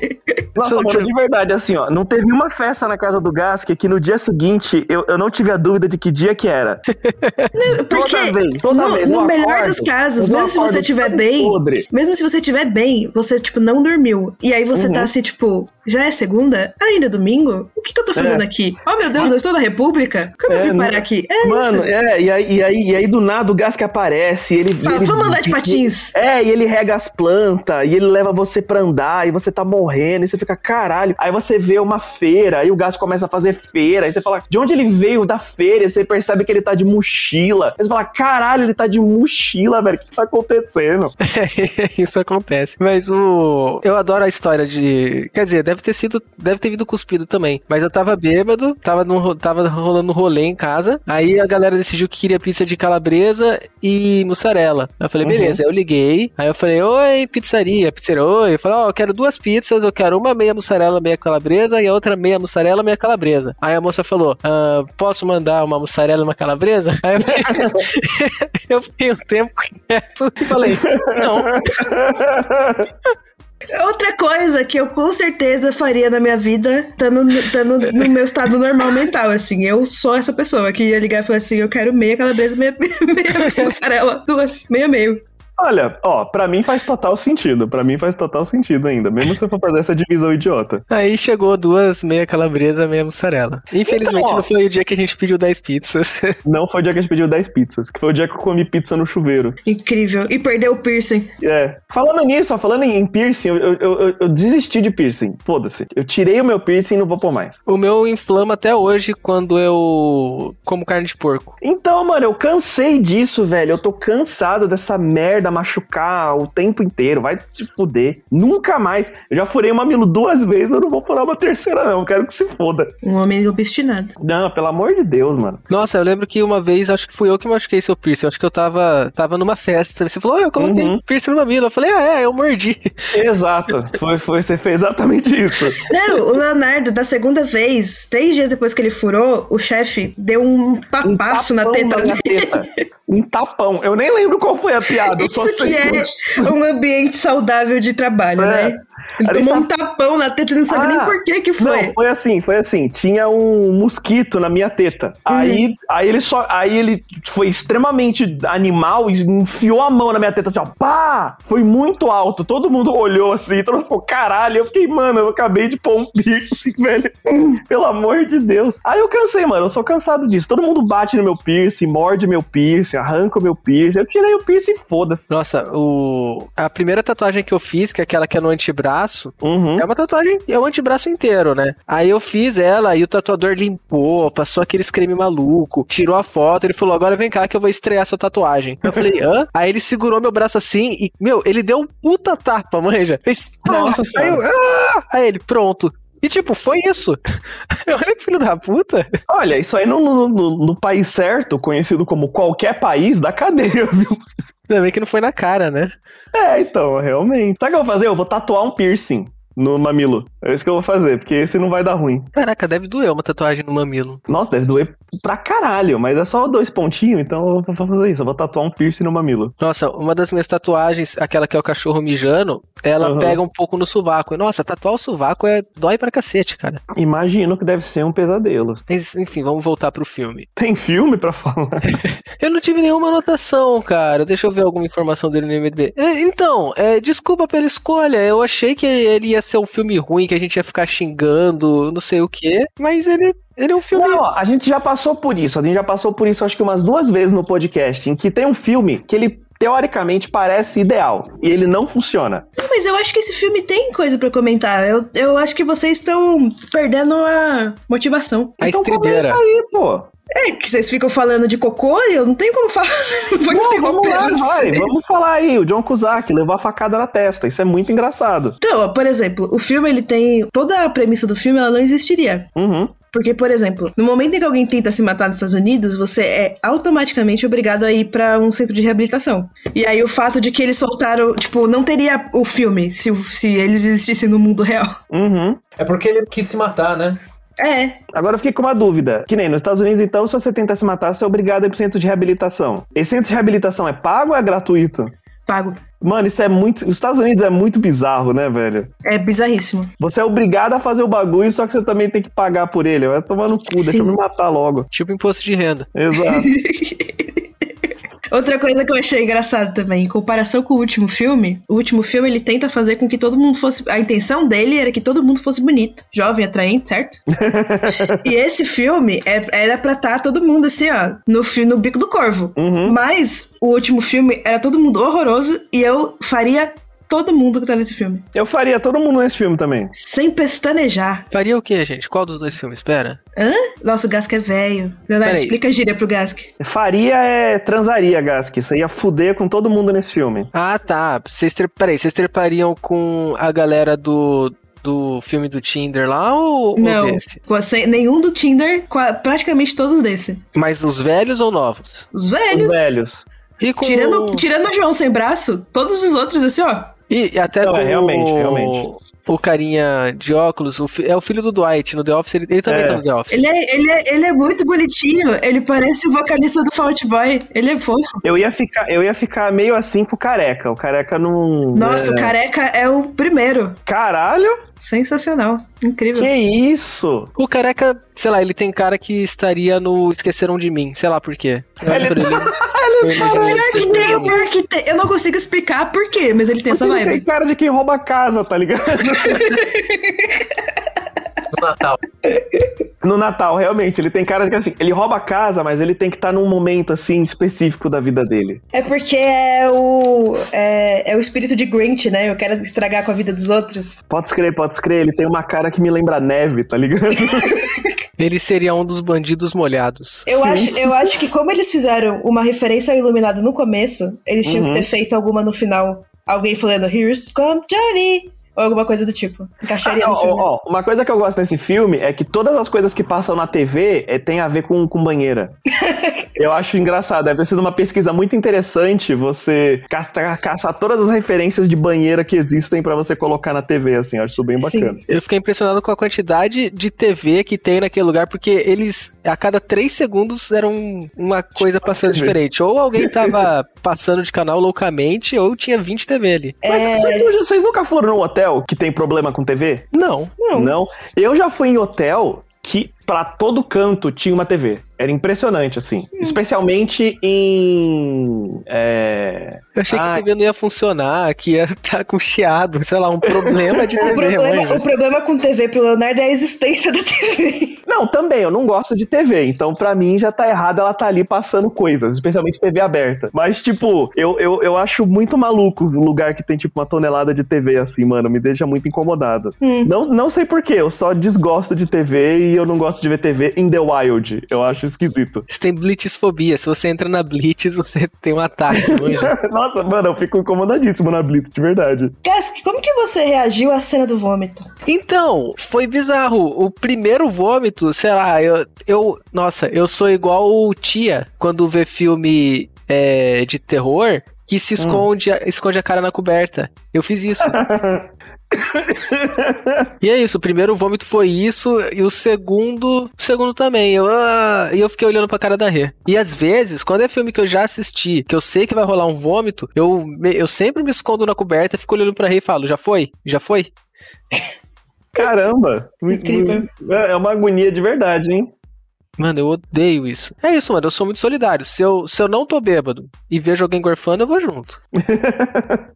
S3: Nossa,
S1: Seu
S3: mano,
S1: tio-
S3: de verdade, assim, ó. Não teve uma festa na casa do gás que, que no dia seguinte eu, eu não tive a dúvida de que dia que era.
S2: É, Porque
S3: toda vez, toda
S2: no,
S3: vez.
S2: no
S3: eu
S2: melhor
S3: acordo,
S2: dos casos,
S3: eu
S2: mesmo se você
S3: acordo
S2: estiver
S3: tão
S2: bem, é
S3: Podre.
S2: mesmo se você estiver bem, você, tipo, não dormiu. E aí você
S3: Uhum.
S2: tá assim, tipo, já é segunda? Ainda é domingo? O que, que eu tô fazendo
S3: É.
S2: aqui? Oh, meu Deus, eu estou na República? Como eu
S3: É,
S2: vim
S3: não-
S2: parar aqui? É
S3: Mano,
S2: isso.
S3: é, e aí, e, aí, e aí do nada o gás que aparece, ele.
S2: Fala,
S3: ele-
S2: vamos andar de patins.
S3: É, e ele rega as plantas, e ele leva você pra andar, e você tá morrendo, e você fica, caralho. Aí você vê uma feira, aí o gás começa a fazer feira, aí você fala, de onde ele veio da feira? E você percebe que ele tá de mochila. Aí você fala, caralho, ele tá de mochila, velho, o que tá acontecendo?
S1: Isso acontece. Mas o. Eu adoro a história de. Quer dizer, deve ter sido. Deve ter vindo cuspido também. Mas eu tava bêbado, tava, num, ro- tava rolando um rolê em casa. Aí a galera decidiu que queria pizza de calabresa e mussarela. Eu falei,
S3: Uhum.
S1: beleza, eu liguei. Aí eu falei, oi, pizzaria, pizzeria, oi. Eu falei, ó, eu quero duas pizzas, eu quero uma meia mussarela, meia calabresa e a outra meia mussarela, meia calabresa. Aí a moça falou, ah, posso mandar uma mussarela e uma calabresa? Aí eu fiquei, eu fiquei um tempo quieto e falei, não.
S2: Outra coisa que eu com certeza faria na minha vida, estando estando no meu estado normal mental, assim. Eu sou essa pessoa que ia ligar e falar assim: eu quero meia calabresa, meia, meia mussarela, duas, meia, meio.
S3: Olha, ó, pra mim faz total sentido, pra mim faz total sentido ainda, mesmo se eu for fazer essa divisão idiota.
S1: Aí chegou duas meia calabresa, meia mussarela. Infelizmente
S3: Então, ó.
S1: não foi o dia que a gente pediu 10 pizzas.
S3: Não foi o dia que a gente pediu 10 pizzas, que foi o dia que eu comi pizza no chuveiro.
S2: Incrível. E perdeu o piercing.
S3: É. Falando nisso, ó, falando em em piercing, eu, eu- eu- eu desisti de piercing. Foda-se. Eu tirei o meu piercing e não vou pôr mais.
S1: o meu inflama até hoje quando eu como carne de porco.
S3: Então, mano, eu cansei disso, velho. Eu tô cansado dessa merda machucar o tempo inteiro. Vai te fuder. Nunca mais. Eu já furei o mamilo duas vezes, eu não vou furar uma terceira, não. Quero que se foda.
S2: Um homem obstinado.
S3: Não, pelo amor de Deus, mano.
S1: Nossa, eu lembro que uma vez, acho que fui eu que machuquei seu piercing. Acho que eu tava, tava numa festa. Você falou, oh, eu coloquei
S3: Uhum.
S1: piercing no mamilo. Eu falei, ah, é, eu mordi.
S3: Exato. Foi, foi, você fez exatamente isso.
S2: Não, o Leonardo, da segunda vez, três dias depois que ele furou, o chefe deu um
S3: Um
S2: papasso na
S3: tapão
S2: teta
S3: minha
S2: dele.
S3: teta. Um tapão. Eu nem lembro qual foi a piada. eu só
S2: Isso que
S3: sei
S2: é um ambiente saudável de trabalho,
S3: É.
S2: né? Ele
S3: Era
S2: tomou um tapão na teta e não sabe
S3: Ah,
S2: nem por que que foi.
S3: Não, foi assim, foi assim. Tinha um mosquito na minha teta. Aí, aí ele só, aí ele foi extremamente animal e enfiou a mão na minha teta assim, ó, pá! Foi muito alto. Todo mundo olhou assim, todo mundo ficou, caralho. Eu fiquei, mano, eu acabei de pôr um piercing, velho. Pelo amor de Deus. Aí eu cansei, mano. Eu sou cansado disso. Todo mundo bate no meu piercing, morde meu piercing, arranca o meu piercing. Eu tirei o piercing e foda-se.
S1: Nossa, o... a primeira tatuagem que eu fiz, que é aquela que é no antebraço,
S3: Uhum.
S1: É uma tatuagem, é o antebraço inteiro, né? Aí eu fiz ela e o tatuador limpou, passou aqueles creme maluco, tirou a foto, ele falou: agora vem cá que eu vou estrear sua tatuagem. Eu falei, hã? Aí ele segurou meu braço assim e, meu, ele deu um puta tapa, manja. Fez-
S3: Nossa
S1: aí, eu,
S3: senhora.
S1: ah! aí ele, pronto. E tipo, foi isso. Olha que filho da puta.
S3: Olha, isso aí no, no- no- no país certo, conhecido como qualquer país, dá cadeia, viu?
S1: Ainda bem que não foi na cara, né?
S3: É, então, realmente. Sabe o que eu vou fazer? Eu vou tatuar um piercing no mamilo. É isso que eu vou fazer, porque esse não vai dar ruim.
S1: Caraca, deve doer uma tatuagem no mamilo.
S3: Nossa, deve doer pra caralho, mas é só dois pontinhos, então eu vou fazer isso. Eu vou tatuar um piercing no mamilo.
S1: Nossa, uma das minhas tatuagens, aquela que é o cachorro mijando, ela
S3: Aham.
S1: pega um pouco no sovaco. Nossa, tatuar o sovaco é dói pra cacete, cara.
S3: Imagino que deve ser um pesadelo.
S1: Mas, enfim, vamos voltar pro filme.
S3: Tem filme pra falar?
S1: Eu não tive nenhuma anotação, cara. Deixa eu ver alguma informação dele no IMDb. É, então, é, desculpa pela escolha. Eu achei que ele ia ser um filme ruim, que a gente ia ficar xingando, não sei o quê. Mas ele Ele é um filme.
S3: Não, a gente já passou por isso. A gente já passou por isso acho que umas duas vezes no podcast, em que tem um filme que ele teoricamente parece ideal e ele não funciona.
S2: Não, mas eu acho que esse filme tem coisa pra comentar. Eu, eu acho que vocês estão perdendo a motivação.
S1: A
S3: comenta
S1: estribeira.
S3: Então aí, pô.
S2: É, que vocês ficam falando de cocô e eu não tenho como falar. Não vou
S3: Não, vamos
S2: interromper
S3: lá, vai,
S2: vocês.
S3: vamos falar aí. O John Cusack levou a facada na testa. Isso é muito engraçado.
S2: Então, ó, por exemplo, o filme ele tem. Toda a premissa do filme ela não existiria.
S3: Uhum.
S2: Porque, por exemplo, no momento em que alguém tenta se matar nos Estados Unidos, você é automaticamente obrigado a ir pra um centro de reabilitação. E aí o fato de que eles soltaram, tipo, não teria o filme se, o- se eles existissem no mundo real.
S3: Uhum.
S4: É porque ele quis se matar, né?
S2: É,
S3: Agora eu fiquei com uma dúvida. Que nem nos Estados Unidos, então, se você tentar se matar, você é obrigado a ir pro centro de reabilitação. Esse centro de reabilitação é pago ou é gratuito?
S2: pago.
S3: Mano, isso é muito. Os Estados Unidos é muito bizarro, né, velho?
S2: É bizarríssimo.
S3: Você é obrigado a fazer o bagulho, só que você também tem que pagar por ele. Vai tomar no cu, deixa
S2: Sim.
S3: eu me matar logo.
S1: Tipo imposto de renda.
S3: Exato.
S2: Outra coisa que eu achei engraçado também, em comparação com o último filme, o último filme ele tenta fazer com que todo mundo fosse. A intenção dele era que todo mundo fosse bonito, jovem, atraente, certo? e esse filme é- era pra estar todo mundo assim, ó, no, fi- no bico do corvo.
S3: Uhum.
S2: Mas o último filme era todo mundo horroroso e eu faria todo mundo que tá nesse filme.
S3: Eu faria todo mundo nesse filme também.
S2: Sem pestanejar.
S1: Faria o quê, gente? Qual dos dois filmes? Pera.
S2: Nossa, o Gask é velho. Leonardo,
S1: Peraí.
S2: explica a gíria pro Gask.
S3: Faria é transaria, Gask. Isso ia fuder com todo mundo nesse filme.
S1: Ah, tá. Vocês tre... Peraí, vocês trepariam com a galera do, do filme do Tinder lá ou, ou
S2: Não.
S1: desse?
S2: Com a- sem- nenhum do Tinder, com a- praticamente todos desse.
S1: Mas os velhos ou novos?
S2: Os
S3: Os
S2: velhos.
S3: velhos.
S1: E com...
S2: Tirando, tirando o João sem braço, todos os outros, assim, ó.
S1: E e até
S3: Não,
S1: com
S3: é, realmente,
S1: o...
S3: realmente.
S1: o carinha de óculos, o fi- é o filho do Dwight no The Office, ele, ele também
S3: É.
S1: tá no The Office.
S2: Ele é, ele, é, ele é muito bonitinho. Ele parece o vocalista do Fault Boy. Ele é fofo.
S3: Eu ia ficar, eu ia ficar meio assim com o careca. O careca não.
S2: Nossa,
S3: é-
S2: o careca é o primeiro.
S3: Caralho?
S2: Sensacional. Incrível.
S3: Que isso?
S1: O careca, sei lá, ele tem cara que estaria no Esqueceram de Mim, sei lá por quê. Eu
S3: Ele- é um
S1: lembro dele- eu imagino
S2: O pior que
S1: um Esqueceram de
S2: tem, o
S1: Mim.
S2: pior que tem. Eu não consigo explicar por quê, mas ele tem essa
S3: Ele Tem
S2: vibe.
S3: cara de quem rouba a casa, tá ligado?
S4: Do Natal.
S3: No Natal, realmente, ele tem cara de que assim, ele rouba a casa, mas ele tem que estar num momento assim específico da vida dele.
S2: É porque é o. É, é o espírito de Grinch, né? Eu quero estragar com a vida dos outros.
S3: Pode crer, pode crer, ele tem uma cara que me lembra neve, tá ligado?
S1: Ele seria um dos bandidos molhados.
S2: Eu acho, eu acho que como eles fizeram uma referência ao Iluminado no começo, eles tinham
S3: Uhum.
S2: que ter feito alguma no final. Alguém falando, Here's Come Johnny! Ou alguma coisa do tipo. Encaixaria
S3: Ah,
S2: no
S3: ó,
S2: filme.
S3: ó, uma coisa que eu gosto nesse filme é que todas as coisas que passam na TV é, tem a ver com, com banheira. eu acho engraçado. Deve ter sido uma pesquisa muito interessante você ca- ca- caçar todas as referências de banheira que existem pra você colocar na TV, assim. Eu acho isso bem
S2: Sim.
S3: bacana.
S1: Eu fiquei impressionado com a quantidade de TV que tem naquele lugar, porque eles, a cada três segundos, era um- uma coisa passando
S3: TV.
S1: diferente. Ou alguém tava passando de canal loucamente, ou tinha 20 TV ali.
S2: é.
S3: Mas vocês, nu- vocês nunca foram num hotel que tem problema com TV?
S1: Não.
S2: Não.
S3: Eu já fui em hotel que pra todo canto tinha uma TV. Era impressionante, assim.
S2: Hum.
S3: Especialmente em. É,
S1: Eu achei que a
S3: Ai.
S1: TV não ia funcionar, que ia estar com chiado, sei lá, um problema de
S2: O
S1: TV.
S2: problema,
S1: mãe.
S2: o problema com TV pro Leonardo é a existência da TV.
S3: Não, também, eu não gosto de TV, então pra mim já tá errado ela tá ali passando coisas, especialmente TV aberta. Mas, tipo, eu, eu, eu acho muito maluco um lugar que tem, tipo, uma tonelada de TV assim, mano, me deixa muito incomodado.
S2: Hum.
S3: Não, não sei porquê, eu só desgosto de TV e eu não gosto de ver TV in the wild, eu acho esquisito.
S1: Você tem blitzfobia. Se você entra na blitz, você tem um ataque. manja.
S2: é.
S3: Nossa, mano, eu fico incomodadíssimo na Blitz, de verdade.
S2: Gask, como que você reagiu à cena do vômito?
S1: Então, foi bizarro. O primeiro vômito, sei lá, eu. eu nossa, eu sou igual o Tia quando vê filme é, de terror que se esconde, esconde a cara na coberta. Eu fiz isso. e é isso, o primeiro vômito foi isso, e o segundo. O segundo também. Eu, ah, e eu fiquei olhando pra cara da Rê. E às vezes, quando é filme que eu já assisti, que eu sei que vai rolar um vômito, eu, me- eu sempre me escondo na coberta, fico olhando pra Rê e falo: já foi? Já foi?
S3: Caramba!
S2: Incrível.
S3: É é uma agonia de verdade, hein?
S1: Mano, eu odeio isso. É isso, mano. Eu sou muito solidário. Se eu, se eu não tô bêbado e vejo alguém gorfando, eu vou junto.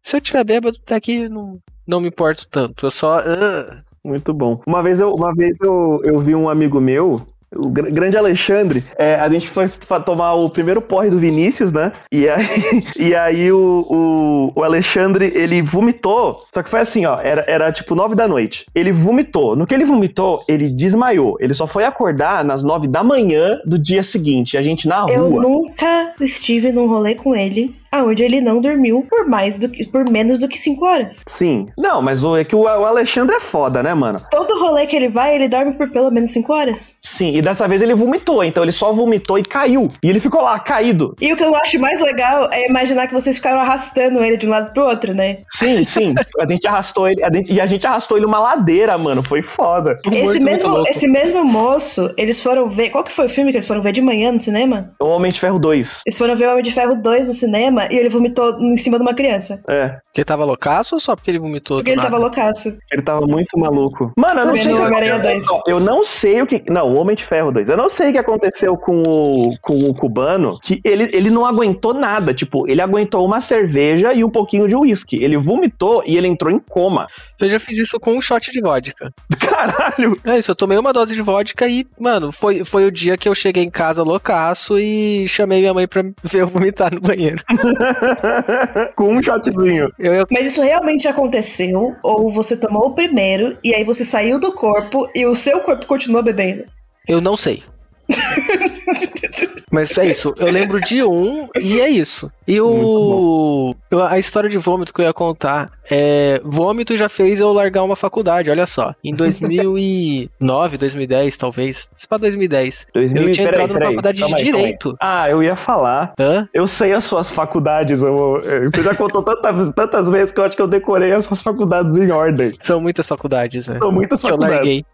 S1: se eu tiver bêbado, até que não, não me importo tanto. Eu só. ah.
S3: Muito bom. Uma vez eu, uma vez eu, eu vi um amigo meu o gr- grande Alexandre, é, a gente foi fa- tomar o primeiro porre do Vinícius, né? E aí, e aí o, o, o Alexandre, ele vomitou. Só que foi assim, ó, era, era tipo nove da noite. Ele vomitou. No que ele vomitou, ele desmaiou. Ele só foi acordar nas nove da manhã do dia seguinte. A gente na rua.
S2: Eu nunca estive num rolê com ele aonde ele não dormiu por mais do que, por menos do que 5 horas.
S3: Sim. Não, mas o, é que o, o Alexandre é foda, né, mano?
S2: Todo rolê que ele vai, ele dorme por pelo menos 5 horas.
S3: Sim, e dessa vez ele vomitou, então ele só vomitou e caiu. E ele ficou lá, caído.
S2: E o que eu acho mais legal é imaginar que vocês ficaram arrastando ele de um lado pro outro, né?
S3: Sim, sim. a gente arrastou ele, a gente- e a gente arrastou ele uma ladeira, mano. Foi foda.
S4: Muito,
S2: Esse
S4: muito
S2: mesmo,
S4: louco.
S2: esse mesmo moço, eles foram ver. Qual que foi o filme que eles foram ver de manhã no cinema?
S3: É O Homem de Ferro 2.
S2: Eles foram ver o Homem de Ferro 2 no cinema e ele vomitou em cima de uma criança.
S3: É,
S1: Porque tava loucaço ou só porque ele vomitou?
S2: Porque
S1: do
S2: ele tava
S1: nada?
S2: loucaço.
S3: ele tava muito maluco. Mano, eu não
S2: Também
S3: sei.
S2: no
S3: o que- é.
S2: Homem-Aranha 2.
S3: Eu não sei o que. Não, o Homem de Ferro 2. Eu não sei o que aconteceu com o, com o cubano, que ele, ele não aguentou nada. Tipo, ele aguentou uma cerveja e um pouquinho de uísque. Ele vomitou e ele entrou em coma.
S1: Eu já fiz isso com um shot de vodka.
S3: Caralho!
S1: É isso, eu tomei uma dose de vodka e, mano, foi, foi o dia que eu cheguei em casa loucaço e chamei minha mãe pra ver eu vomitar no banheiro.
S3: com um shotzinho.
S1: Eu, eu
S2: Mas isso realmente aconteceu? Ou você tomou o primeiro e aí você saiu do corpo e o seu corpo continuou bebendo?
S1: Eu não sei. Mas é isso. Eu lembro de um e é isso. E o. eu- a história de vômito que eu ia contar é. Vômito já fez eu largar uma faculdade, olha só. Em 2009, 2010, talvez. Se pá, 2010.
S3: 2000,
S1: eu tinha
S3: peraí,
S1: entrado na
S3: peraí,
S1: faculdade de
S3: calma aí, calma aí.
S1: Direito.
S3: Ah, eu ia falar.
S1: Hã?
S3: Eu sei as suas faculdades, amor. Você já contou tantas, tantas vezes que eu acho que eu decorei as suas faculdades em ordem.
S1: São muitas faculdades, né?
S3: São muitas
S1: Que eu
S3: faculdades.
S1: larguei.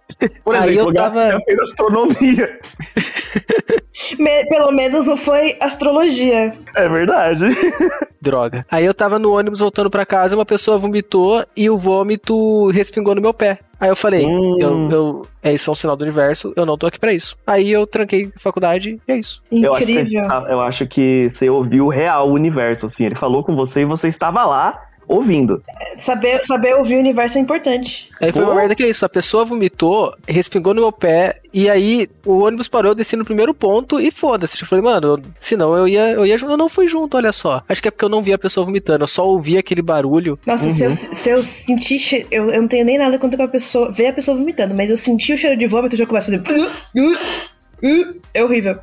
S3: Por
S1: Aí
S3: exemplo,
S1: eu
S3: o Gaspi
S1: tava-
S3: já fez astronomia.
S2: Me- pelo menos não foi astrologia.
S3: É verdade.
S1: Droga. Aí eu tava no ônibus voltando pra casa, uma pessoa vomitou e o vômito respingou no meu pé. Aí eu falei,
S3: Hum.
S1: eu, eu- é isso é um sinal do universo, eu não tô aqui pra isso. Aí eu tranquei a faculdade e é isso.
S3: Eu acho, que você,
S2: Incrível.
S3: está- eu acho que você ouviu o real universo, assim. Ele falou com você e você estava lá ouvindo.
S2: Saber, saber ouvir o universo é importante.
S1: Aí foi
S3: Pô.
S1: uma merda que é isso. A pessoa vomitou, respingou no meu pé, e aí o ônibus parou, eu desci no primeiro ponto e foda-se. Tipo, eu falei, mano, eu- senão eu ia, eu ia. junto. Eu não fui junto, olha só. Acho que é porque eu não vi a pessoa vomitando, eu só ouvi aquele barulho.
S2: Nossa, se, eu, se eu sentir. che- Eu, eu não tenho nem nada contra com a pessoa. Ver a pessoa vomitando, mas eu senti o cheiro de vômito eu já começo a
S1: Uh,
S2: fazer. É horrível.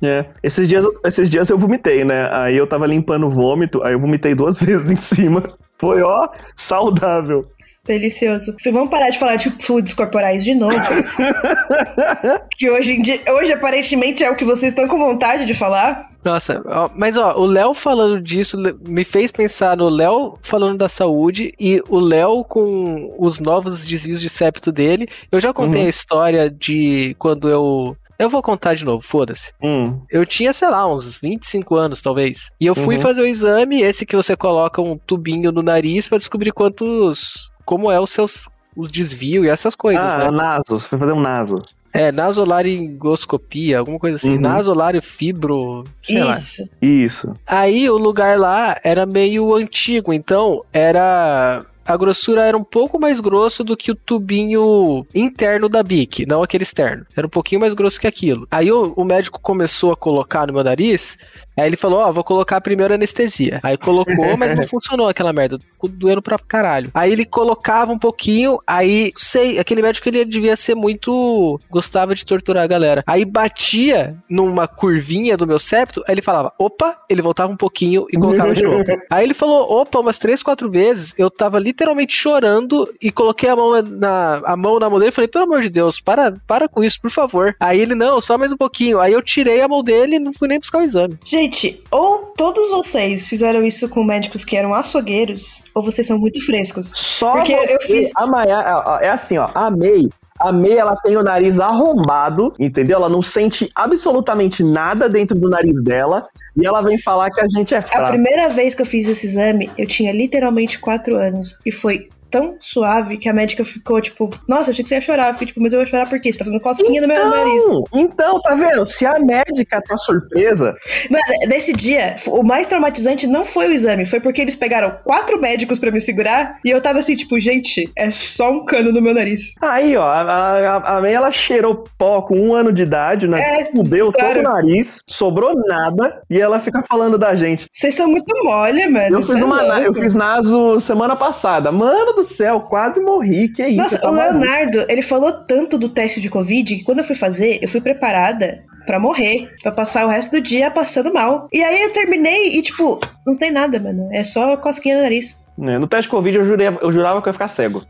S3: É. Esses, dias, esses dias eu vomitei, né? Aí eu tava limpando o vômito, aí eu vomitei duas vezes em cima. Foi, ó, saudável.
S2: Delicioso. Fui- Vamos parar de falar de fluidos corporais de novo. que hoje, em dia, hoje aparentemente é o que vocês estão com vontade de falar.
S1: Nossa, ó, mas ó, o Léo falando disso le- me fez pensar no Léo falando da saúde e o Léo com os novos desvios de septo dele. Eu já
S3: Uhum.
S1: contei a história de quando eu. Eu vou contar de novo, foda-se.
S3: Hum.
S1: Eu tinha, sei lá, uns 25 anos, talvez. E eu fui
S3: Uhum.
S1: fazer o exame, esse que você coloca um tubinho no nariz pra descobrir quantos. como é os seus. os desvios e essas coisas, né?
S3: ah, naso. Você foi fazer um naso.
S1: É, nasolaringoscopia, alguma coisa assim.
S3: Uhum.
S1: Nasolário fibro. Sei lá.
S2: Isso.
S3: Isso.
S1: Aí o lugar lá era meio antigo, então era. A grossura era um pouco mais grosso do que o tubinho interno da BIC, não aquele externo. Era um pouquinho mais grosso que aquilo. Aí o, o médico começou a colocar no meu nariz, aí ele falou: Ó, vou colocar primeiro anestesia. Aí colocou, mas não funcionou aquela merda, ficou doendo pra caralho. Aí ele colocava um pouquinho, aí, sei, aquele médico ele devia ser muito. gostava de torturar a galera. Aí batia numa curvinha do meu septo, aí ele falava: opa, ele voltava um pouquinho e colocava de novo. Aí ele falou, opa, umas três, quatro vezes. Eu tava literalmente chorando e coloquei a mão na, na- a mão na mão dele e falei, pelo amor de Deus, para, para com isso, por favor. Aí ele, não, só mais um pouquinho. Aí eu tirei a mão dele e não fui nem buscar o exame.
S2: Gente, ou todos vocês fizeram isso com médicos que eram açougueiros, ou vocês são muito frescos.
S3: Só
S2: Porque eu
S3: você,
S2: fiz-
S3: A Maiá, ó, ó, é assim, ó. A May, a May, ela tem o nariz arrombado, entendeu? Ela não sente absolutamente nada dentro do nariz dela. E ela vem falar que a gente é
S2: A
S3: fraco.
S2: primeira vez que eu fiz esse exame, eu tinha literalmente 4 anos. E foi tão suave que a médica ficou, tipo, nossa, achei que você ia chorar. Eu Fiquei, tipo, mas eu ia chorar por quê? Você tá fazendo cosquinha no meu nariz.
S3: então, tá vendo? Se a médica tá surpresa,
S2: Mano, eh, nesse dia, o mais traumatizante não foi o exame, foi porque eles pegaram quatro médicos pra me segurar e eu tava assim, tipo, gente, é só um cano no meu nariz.
S3: aí, ó, a, a, a May, ela cheirou pó com um ano de idade, né?
S2: É,
S3: Fudeu
S2: claro.
S3: todo o nariz, sobrou nada, e ela fica falando da gente.
S2: Vocês são muito mole, mano.
S3: Eu
S2: cê
S3: fiz,
S2: é
S3: uma, na- eu
S2: louco.
S3: fiz naso semana passada. Mano do céu, quase morri. Que isso?
S2: Nossa,
S3: tá
S2: o
S3: maluco.
S2: Leonardo, ele falou tanto do teste de Covid que quando eu fui fazer, eu fui preparada pra morrer, pra passar o resto do dia passando mal. E aí eu terminei e, tipo, não tem nada, mano. É só cosquinha no nariz.
S3: Né, No teste de Covid eu, jurei, eu jurava que eu ia ficar cego.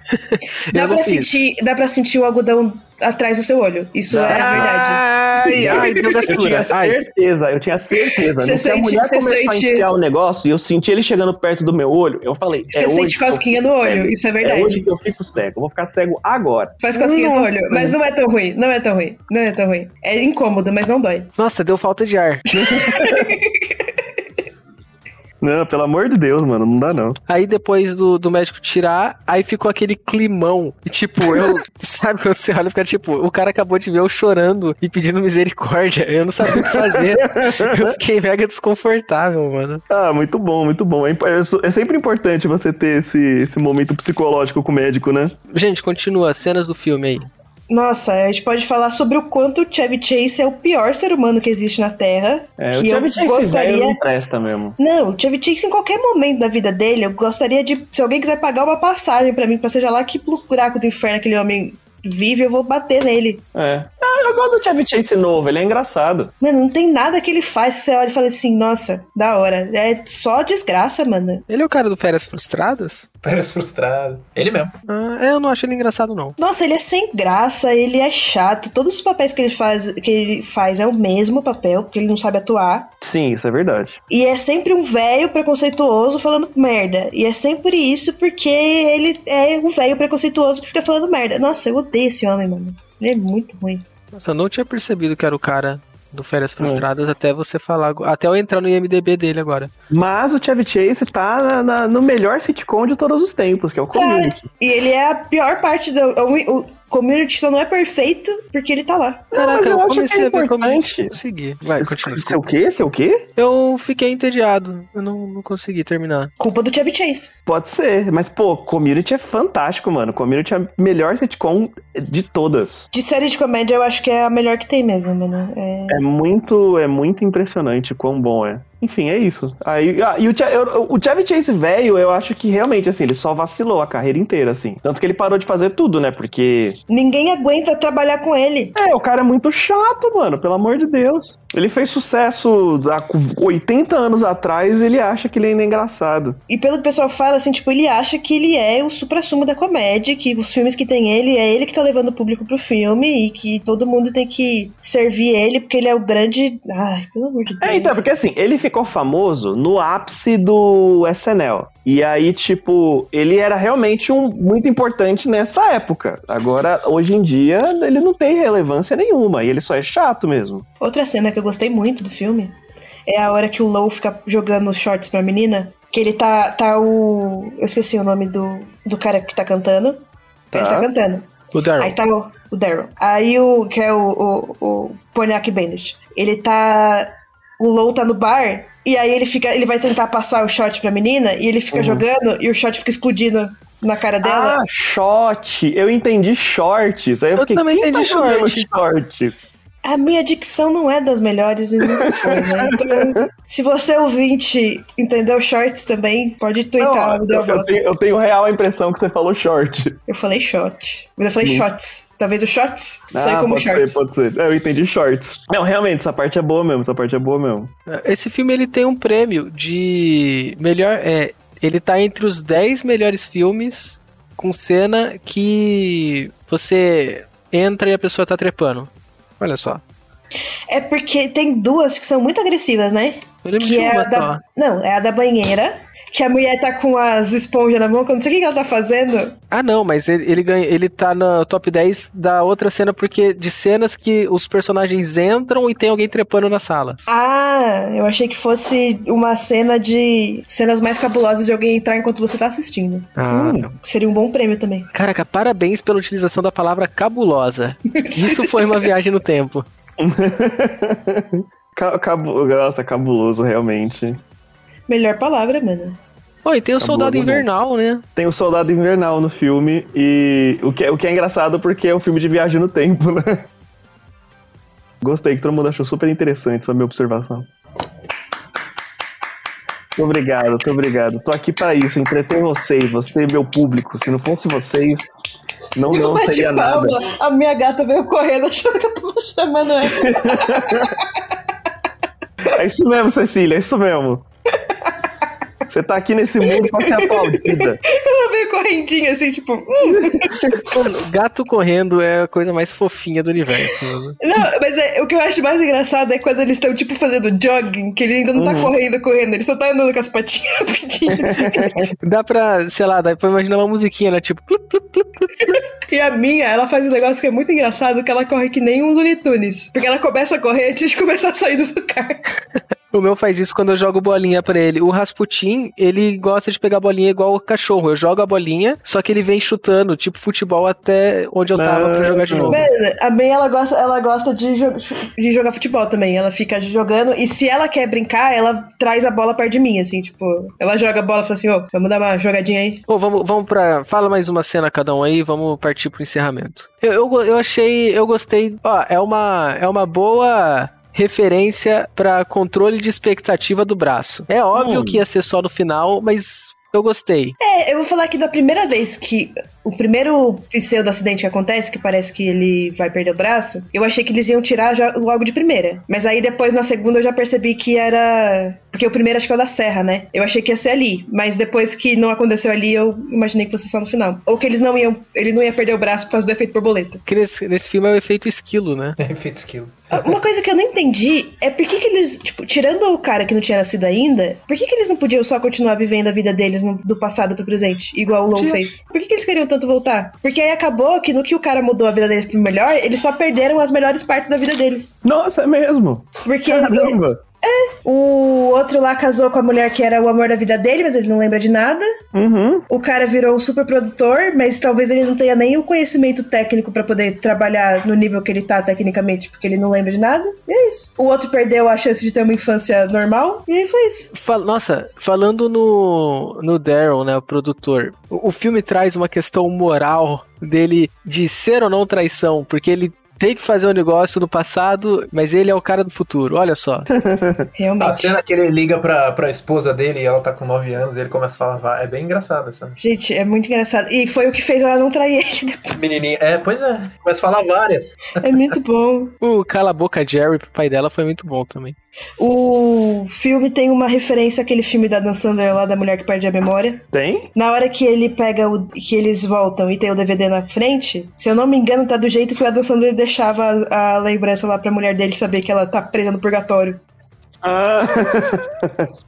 S2: Dá
S1: não
S2: pra,
S1: fiz.
S2: sentir, dá pra sentir o algodão atrás do seu olho. Isso
S3: Dá.
S2: é a verdade.
S1: Ai, ai, deu
S3: Eu tinha
S1: gastura. Ai.
S3: certeza, eu tinha certeza.
S2: Você
S3: Não, se a
S2: sente-
S3: mulher
S2: você
S3: começar a
S2: sente-
S3: enfiar o negócio e eu senti ele chegando perto do meu olho, eu falei.
S2: Você
S3: é hoje
S2: sente
S3: que eu
S2: cosquinha no
S3: fico
S2: olho,
S3: cego.
S2: isso é
S3: É hoje
S2: verdade.
S3: que eu fico cego. Eu vou ficar cego agora.
S2: Faz cosquinha no
S1: Nossa.
S2: olho, mas não é tão ruim, não é tão ruim, não é tão ruim. É incômodo, mas não dói.
S1: Nossa, deu falta de ar.
S3: Não, pelo amor de Deus, mano, não dá não.
S1: Aí depois do, do médico tirar, aí ficou aquele climão. E, tipo, eu. sabe quando você olha e fica tipo, o cara acabou de ver eu chorando e pedindo misericórdia. Eu não sabia o que fazer. eu fiquei mega desconfortável, mano.
S3: Ah, muito bom, muito bom. É, imp- é so- é sempre importante você ter esse, esse momento psicológico com o médico, né?
S1: Gente, continua, cenas do filme aí.
S2: Nossa, a gente pode falar sobre o quanto o Chevy Chase é o pior ser humano que existe na Terra.
S3: É,
S2: que
S3: o Chevy
S2: eu
S3: Chase
S2: gostaria.
S3: velho não presta mesmo.
S2: Não, o Chevy Chase em qualquer momento da vida dele, eu gostaria de. Se alguém quiser pagar uma passagem pra mim, pra seja lá que buraco do inferno aquele homem vive, eu vou bater nele.
S3: É. Ah, eu gosto do Chevy Chase novo, ele é engraçado.
S2: Mano, não tem nada que ele faz que você olha e fala assim, nossa, da hora. É só desgraça, mano.
S1: Ele é o cara do Férias Frustradas?
S4: Parece frustrado. Ele mesmo.
S1: Ah, eu não acho ele engraçado, não.
S2: Nossa, ele é sem graça, ele é chato. Todos os papéis que ele faz, que ele faz é o mesmo papel, porque ele não sabe atuar.
S3: Sim, isso é verdade.
S2: E é sempre um velho preconceituoso falando merda. E é sempre isso porque ele é um velho preconceituoso que fica falando merda. Nossa, eu odeio esse homem, mano. Ele é muito ruim.
S1: Nossa, eu não tinha percebido que era o cara do
S3: É.
S1: Férias Frustradas até você falar. ago- Até eu entrar no IMDB dele agora.
S3: Mas o Chevy Chase tá na- na- no melhor sitcom de todos os tempos, que é o Community.
S2: E ele é a pior parte do. O, o community só não é perfeito porque ele tá lá.
S3: mas eu acho
S1: comecei
S3: que é
S1: a ver como
S3: importante.
S1: consegui. Vai,
S3: Isso-
S1: continua.
S3: Isso é o quê? Isso é o quê?
S1: Eu fiquei entediado. Eu não, não consegui terminar.
S2: Culpa do Chevy Chase.
S3: Pode ser, mas pô, Community é fantástico, mano. Community é a melhor sitcom de todas.
S2: De série de comédia, eu acho que é a melhor que tem mesmo, mano. É...
S3: É muito, é muito impressionante quão bom é. Enfim, é isso. Aí, ah, e o, Che- eu- o Chevy Chase velho, eu acho que realmente, assim, ele só vacilou a carreira inteira, assim. Tanto que ele parou de fazer tudo, né? Porque
S2: Ninguém aguenta trabalhar com ele.
S3: É, o cara é muito chato, mano, pelo amor de Deus. Ele fez sucesso há 80 anos atrás ele acha que ele ainda é engraçado.
S2: E pelo que o pessoal fala, assim, tipo, ele acha que ele é o supra-sumo da comédia, que os filmes que tem ele, é ele que tá levando o público pro filme e que todo mundo tem que servir ele, porque ele é o grande. Ai, pelo amor de Deus.
S3: É, então, porque assim, ele ficou famoso no ápice do SNL. E aí, tipo, ele era realmente um muito importante nessa época. Agora, hoje em dia, ele não tem relevância nenhuma. E ele só é chato mesmo.
S2: Outra cena que eu gostei muito do filme é a hora que o Low fica jogando os shorts pra menina. Que ele tá. tá o. Eu esqueci o nome do, do cara que tá cantando. Ele
S3: Tá.
S2: tá cantando.
S1: O Daryl.
S2: Aí tá o, o Daryl. Aí o. Que é o, o, o Pontiac Bandit. Ele tá. O Low tá no bar. E aí ele fica. Ele vai tentar passar o shot pra menina. E ele fica jogando. E o shot fica explodindo na cara dela.
S3: Uhum. Ah, short! Eu entendi shorts. Aí eu,
S1: Eu
S3: fiquei,
S1: também
S3: "Quem
S1: entendi
S3: tá jogando
S1: short."
S3: shorts.
S2: A minha dicção não é das melhores e nunca foi, né? Então, se você ouvinte entendeu shorts também, pode
S3: Não,
S2: twittar algo da
S3: eu, eu
S2: volta.
S3: tenho, eu tenho real a impressão que você falou short.
S2: Eu falei shot. Mas eu falei shots. Talvez o shots saia como
S3: Hum. Ah, pode
S2: shorts.
S3: ser, pode ser. É, Eu entendi shorts. Não, realmente, essa parte é boa mesmo, essa parte é boa mesmo.
S1: Esse filme ele tem um prêmio de melhor. É, ele tá entre os 10 melhores filmes com cena que você entra e a pessoa tá trepando. Olha só.
S2: É porque tem duas que são muito agressivas, né?
S1: Eu lembro
S2: Que
S1: de
S2: é
S1: uma
S2: a
S1: só.
S2: da... Não, é a da banheira. que a mulher tá com as esponjas na mão, que eu não sei o que que ela tá fazendo.
S1: Ah, não, mas ele, ele, ganha, ele tá no top 10 da outra cena, porque de cenas que os personagens entram e tem alguém trepando na sala.
S2: Ah, eu achei que fosse uma cena de cenas mais cabulosas de alguém entrar enquanto você tá assistindo.
S1: Ah, não.
S2: Seria um bom prêmio também.
S1: Caraca, parabéns pela utilização da palavra cabulosa. Isso foi uma viagem no tempo.
S3: Ca- Cabu... Nossa, cabuloso, realmente.
S2: Melhor palavra, mano.
S1: Oi, e tem o Soldado
S3: não.
S1: Invernal, né?
S3: Tem o Soldado Invernal no filme, e o que, é- o que é engraçado porque é um filme de viagem no tempo, né? Gostei, que todo mundo achou super interessante essa minha observação. Muito obrigado, muito obrigado. Tô aqui pra isso, entreter vocês, você, meu público. Se não fosse vocês, não, não
S2: Bate
S3: seria
S2: palma.
S3: nada.
S2: tipo, A minha gata veio correndo achando que eu tava chamando ela.
S3: É isso mesmo, Cecília, é isso mesmo. Você tá aqui nesse mundo pra ser aplaudida.
S2: Ela veio correndinha, assim, tipo... hum.
S1: Mano, gato correndo é a coisa mais fofinha do universo.
S2: Não, mas é- o que eu acho mais engraçado é quando eles estão, tipo, fazendo jogging, que ele ainda não tá
S3: Uhum.
S2: correndo, correndo. Ele só tá andando com as patinhas rapidinho, assim.
S1: Dá pra, sei lá, dá pra imaginar uma musiquinha, né? Tipo, plup, plup, plup.
S2: E a minha, ela faz um negócio que é muito engraçado, que ela corre que nem um Looney Tunes. Porque ela começa a correr antes de começar a sair do lugar.
S1: o meu faz isso quando eu jogo bolinha pra ele. O Rasputin, ele gosta de pegar bolinha igual o cachorro. Eu jogo a bolinha, só que ele vem chutando, tipo futebol, até onde eu tava pra jogar de
S3: Não.
S1: novo.
S2: Mano, a May, ela gosta, ela gosta de, jo- de jogar futebol também. Ela fica jogando. E se ela quer brincar, ela traz a bola perto de mim, assim, tipo. Ela joga a bola e fala assim: ô, vamos dar uma jogadinha aí.
S1: Ô, vamos, vamos pra. Fala mais uma cena cada um aí, vamos partir pro encerramento. Eu, eu, go- eu achei. Eu gostei. Ó, é uma, é uma boa referência pra controle de expectativa do braço. É óbvio
S3: Hum.
S1: que ia ser só no final, mas eu gostei.
S2: É, eu vou falar que da primeira vez que. O primeiro pseudo acidente que acontece, que parece que ele vai perder o braço, eu achei que eles iam tirar já logo de primeira. Mas aí depois, na segunda, eu já percebi que era. Porque o primeiro acho que é o da Serra, né? Eu achei que ia ser ali. Mas depois que não aconteceu ali, eu imaginei que fosse só no final. Ou que eles não iam. Ele não ia perder o braço por causa do efeito borboleta.
S1: Que nesse, nesse filme é o efeito esquilo, né?
S4: Efeito skill.
S2: Uma coisa que eu não entendi é por que, que eles, tipo, tirando o cara que não tinha nascido ainda, por que, que eles não podiam só continuar vivendo a vida deles no- do passado pro presente, igual o Lon
S1: Podia.
S2: fez? Por que, que eles queriam tanto voltar? Porque aí acabou que no que o cara mudou a vida deles pro melhor, eles só perderam as melhores partes da vida deles.
S3: Nossa, é mesmo.
S2: Porque
S3: Caramba.
S2: o outro lá casou com a mulher que era o amor da vida dele, mas ele não lembra de nada.
S3: Uhum.
S2: O cara virou um super produtor, mas talvez ele não tenha nem o conhecimento técnico pra poder trabalhar no nível que ele tá tecnicamente, porque ele não lembra de nada. E é isso. O outro perdeu a chance de ter uma infância normal, e foi isso.
S1: Fal- Nossa, falando no, no Daryl, né, o produtor, o, o filme traz uma questão moral dele de ser ou não traição, porque ele tem que fazer um negócio no passado, mas ele é o cara do futuro, olha só.
S4: A
S2: Realmente.
S4: cena que ele liga pra, pra esposa dele e ela tá com 9 anos e ele começa a falar, "Vá", é bem engraçado essa
S2: Gente, é muito engraçado. E foi o que fez ela não trair ele.
S4: menininha. É, pois é, mas fala várias.
S2: É muito bom.
S1: O Cala a Boca Jerry pro pai dela foi muito bom também.
S2: O filme tem uma referência àquele filme da Dan Sandler lá da mulher que perde a memória.
S3: Tem?
S2: Na hora que ele pega o. que eles voltam e tem o DVD na frente, se eu não me engano, tá do jeito que o Adam Sandler deixava a, a lembrança lá pra mulher dele saber que ela tá presa no purgatório.
S3: Ah,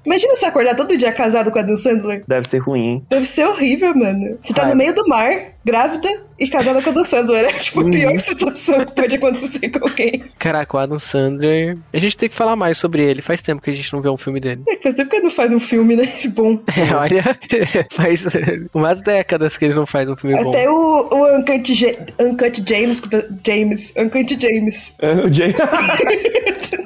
S2: Imagina você acordar todo dia casado com a Adam Sandler.
S3: deve ser ruim, hein?
S2: Deve ser horrível, mano. Você tá
S3: Ai.
S2: no meio do mar, grávida e casada com a Adam Sandler. É tipo a pior situação que pode acontecer com alguém.
S1: Caraca, o Adam Sandler. A gente tem que falar mais sobre ele. Faz tempo que a gente não vê um filme dele.
S2: É que faz tempo que ele não faz um filme, né? Bom.
S1: É, olha, faz umas décadas que ele não faz um filme bom.
S2: Até o, o Uncut, Ja- Uncut James, que o pe- James, Uncut James,
S3: É, o Jay-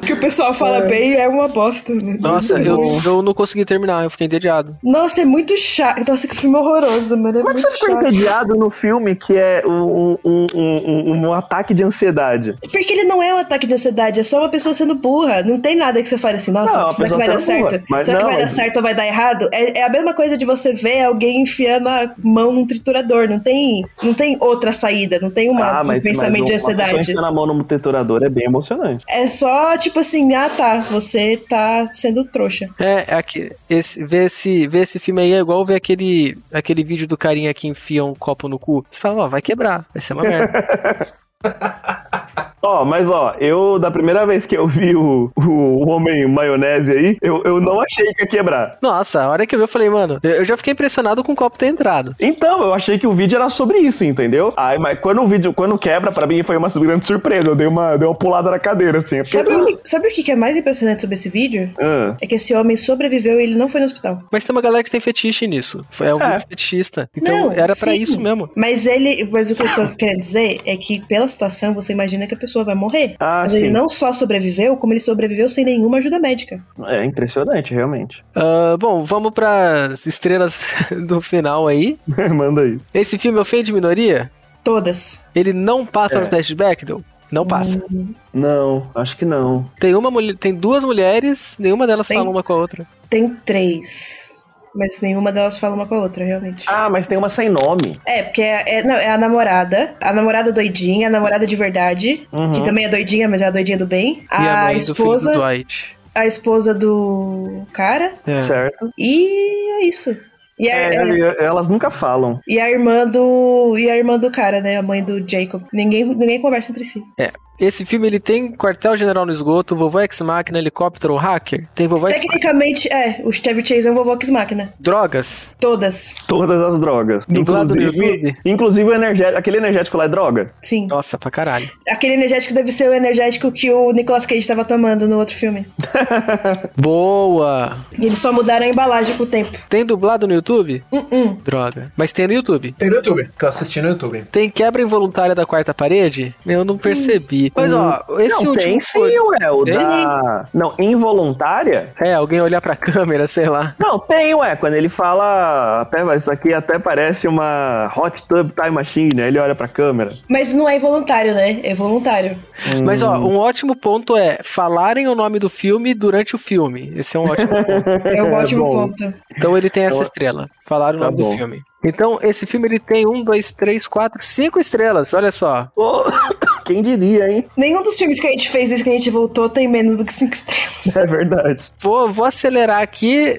S2: que o pessoal fala bem, é uma bosta, né?
S1: Nossa, eu, eu não consegui terminar, eu fiquei entediado.
S2: Nossa, é muito chato. Nossa, que filme horroroso, mano. É
S3: Como é que
S2: muito
S3: você ficou
S2: chato.
S3: entediado no filme que é um, um, um, um, um ataque de ansiedade?
S2: Porque ele não é um ataque de ansiedade, é só uma pessoa sendo burra. Não tem nada que você fale assim, nossa,
S3: Não, a
S2: será que
S3: pessoa
S2: vai dar
S3: sendo burra.
S2: certo?
S3: Mas
S2: será
S3: não,
S2: que vai dar
S3: mas-
S2: certo ou vai dar errado? É, é a mesma coisa de você ver alguém enfiando a mão num triturador. Não tem, não tem outra saída, não tem
S1: é
S2: uma, um pensamento de
S3: Ah, uma pessoa
S2: ansiedade.
S3: enfiando a mão no triturador é bem emocionante.
S2: É só tipo assim, ah tá, você tá sendo trouxa.
S1: É, é aqui, esse, ver, esse, ver esse filme aí é igual ver aquele, aquele vídeo do carinha que enfia um copo no cu. Você fala, ó, vai quebrar, vai ser uma merda.
S3: Ó, mas ó, eu, da primeira vez que eu vi o, o Homem Maionese aí, eu, eu não achei que ia quebrar.
S1: Nossa, a hora que eu vi, eu falei, mano, eu eu já fiquei impressionado com o copo ter entrado.
S3: Então, eu achei que o vídeo era sobre isso, entendeu? Aí, mas quando o vídeo, quando quebra, pra mim foi uma grande surpresa. Eu dei uma, dei uma pulada na cadeira, assim. Eu
S2: Sabe
S3: fiquei,
S2: o, que, sabe o que que é mais impressionante sobre esse vídeo?
S3: "Ah".
S2: É que esse homem sobreviveu e ele não foi no hospital.
S1: Mas tem uma galera que tem fetiche nisso. É um
S3: É.
S1: grupo fetichista. Então
S2: Não,
S1: era pra
S2: sim.
S1: isso mesmo.
S2: Mas ele. Mas o que eu
S1: Ah.
S2: tô querendo dizer é que, pela situação, você imagina que a pessoa vai morrer.
S3: Ah,
S2: mas
S3: sim.
S2: ele não só sobreviveu, como ele sobreviveu sem nenhuma ajuda médica.
S3: É impressionante, realmente.
S1: Ah, bom, vamos pras estrelas do final aí.
S3: Manda aí.
S1: Esse filme é ofende minoria?
S2: Todas.
S1: Ele não passa
S3: É.
S1: no teste de Bechdel? Não passa.
S3: Não, acho que não.
S1: Tem uma mulher, tem duas mulheres, nenhuma delas
S2: Tem.
S1: fala uma com a outra.
S2: Tem três. Mas nenhuma delas fala uma com a outra, realmente.
S3: Ah, mas tem uma sem nome.
S2: É, porque é, é- não, é a namorada, a namorada doidinha, a namorada de verdade,
S3: Uhum.
S2: que também é doidinha, mas é a doidinha do bem.
S1: Uhum. e a
S2: A,
S1: mãe do filho do
S2: esposa,
S1: Dwight.
S2: a esposa do cara,
S1: É.
S3: Certo.
S2: e é isso. E a,
S3: É,
S2: é-
S3: e- elas nunca falam.
S2: e a irmã do. E a irmã do cara, né? A mãe do Jacob. Ninguém, ninguém conversa entre si.
S1: Esse filme ele tem quartel general no esgoto, vovó ex-máquina, helicóptero, hacker. Tem vovó ex
S2: Tecnicamente, é, o Chevy Chase é um vovó que máquina.
S1: drogas.
S2: Todas.
S3: Todas as drogas.
S1: Dublado no YouTube?
S3: Inclusive, inclusive o energético. Aquele energético lá é droga?
S2: Sim.
S1: Nossa, pra caralho.
S2: Aquele energético deve ser o energético que o Nicolas Cage tava tomando no outro filme.
S1: Boa.
S2: E eles só mudaram a embalagem com o tempo.
S1: Tem dublado no YouTube?
S2: Uh -uh.
S1: Droga. Mas tem no YouTube.
S4: Tem no YouTube, que eu assisti no YouTube.
S1: Tem quebra involuntária da quarta parede? Eu não percebi. Mas ó, esse
S3: não,
S1: último
S3: tem sim, ué. O
S1: Tem.
S3: da... Não, involuntária?
S1: É, alguém olhar pra câmera, sei lá.
S3: Não, tem, ué. Quando ele fala. Até, isso aqui até parece uma Hot Tub Time Machine. Aí ele olha pra câmera.
S2: Mas não é involuntário, né? É voluntário.
S1: Mas ó,
S3: Hum.
S1: um ótimo ponto é falarem o nome do filme durante o filme. Esse é um ótimo ponto.
S2: É um
S3: É,
S2: ótimo
S3: bom.
S2: ponto.
S1: Então ele tem essa
S3: Então-
S1: estrela. Falaram o
S3: Tá
S1: nome do
S3: bom.
S1: filme. Então, esse filme ele tem um, dois, três, quatro, cinco estrelas. Olha só.
S3: Ô, quem diria, hein?
S2: Nenhum dos filmes que a gente fez desde que a gente voltou tem menos do que cinco estrelas.
S3: É verdade.
S1: Vou, vou acelerar aqui.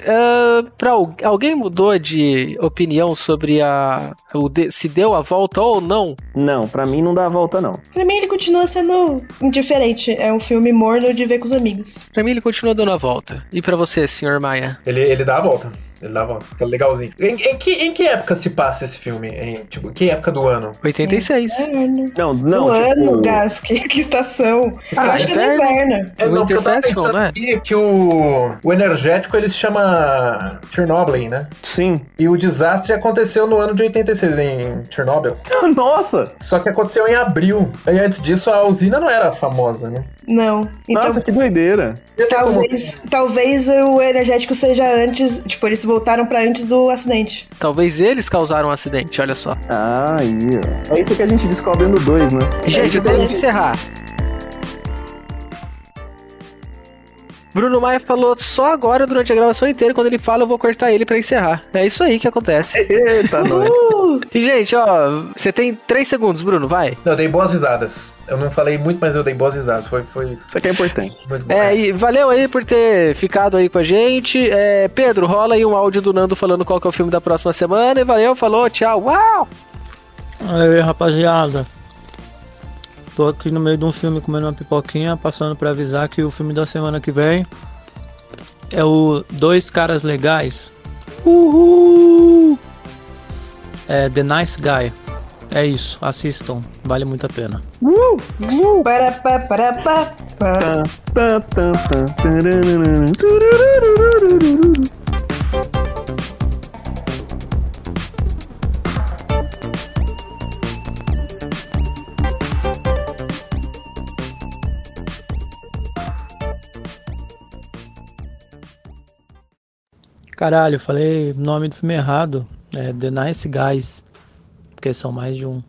S1: para alguém mudou de opinião sobre a o de- se deu a volta ou não?
S3: Não, pra mim não dá a volta, não.
S2: Pra mim, ele continua sendo indiferente. É um filme morno de ver com os amigos.
S1: Pra mim ele continua dando a volta. E pra você, senhor Maia?
S4: Ele, ele dá a volta. Ele dá a volta. Fica legalzinho. Em, em que, em que época se passa esse filme? Em, tipo, que época do ano?
S1: 86.
S2: É, né?
S3: Não,
S2: o
S3: não.
S2: ano,
S3: tipo,
S2: Gas, que, que estação.
S1: Ah,
S2: eu acho que é no
S1: inverno.
S2: inverno.
S1: É, não, porque eu tava Winter Festival,
S4: pensando
S1: né?
S4: aqui que o, o energético ele se chama Chernobyl, né?
S3: Sim.
S4: E o desastre aconteceu no ano de 86 em Chernobyl.
S3: Nossa!
S4: Só que aconteceu em abril. E antes disso a usina não era famosa, né?
S2: Não. Então,
S3: Nossa, que doideira.
S2: talvez, talvez o energético seja antes. Tipo, eles voltaram pra antes do acidente.
S1: Talvez eles causaram um acidente, olha só.
S3: Ah, aí, ó. É isso que a gente descobre no 2, né?
S1: Gente, eu tenho que encerrar. Bruno Maia falou só agora durante a gravação inteira. Quando ele fala, eu vou cortar ele pra encerrar. É isso aí que acontece.
S3: Eita, nós.
S1: E, gente, ó, você tem três segundos, Bruno, vai.
S4: Não, eu dei boas risadas. Eu não falei muito, mas eu dei boas risadas. Foi, foi
S3: Isso aqui é importante.
S4: muito bom.
S1: É, e valeu aí por ter ficado aí com a gente. É, Pedro, rola aí um áudio do Nando falando qual que é o filme da próxima semana. E valeu, falou, tchau. Uau!
S5: Aí, rapaziada. Tô aqui no meio de um filme comendo uma pipoquinha, passando pra avisar que o filme da semana que vem é o Dois Caras Legais. Uhul! É The Nice Guy. É isso, assistam, vale muito a pena.
S3: Uh.
S2: Para, pa, para, pa, pa.
S3: Tá, tá, tá, tá, tararara, tururururururu.
S5: Caralho, falei o nome do filme errado. É The Nice Guys. Porque são mais de um.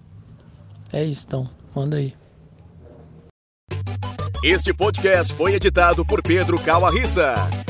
S5: É isso, então, manda aí.
S6: Este podcast foi editado por Pedro Calarissa.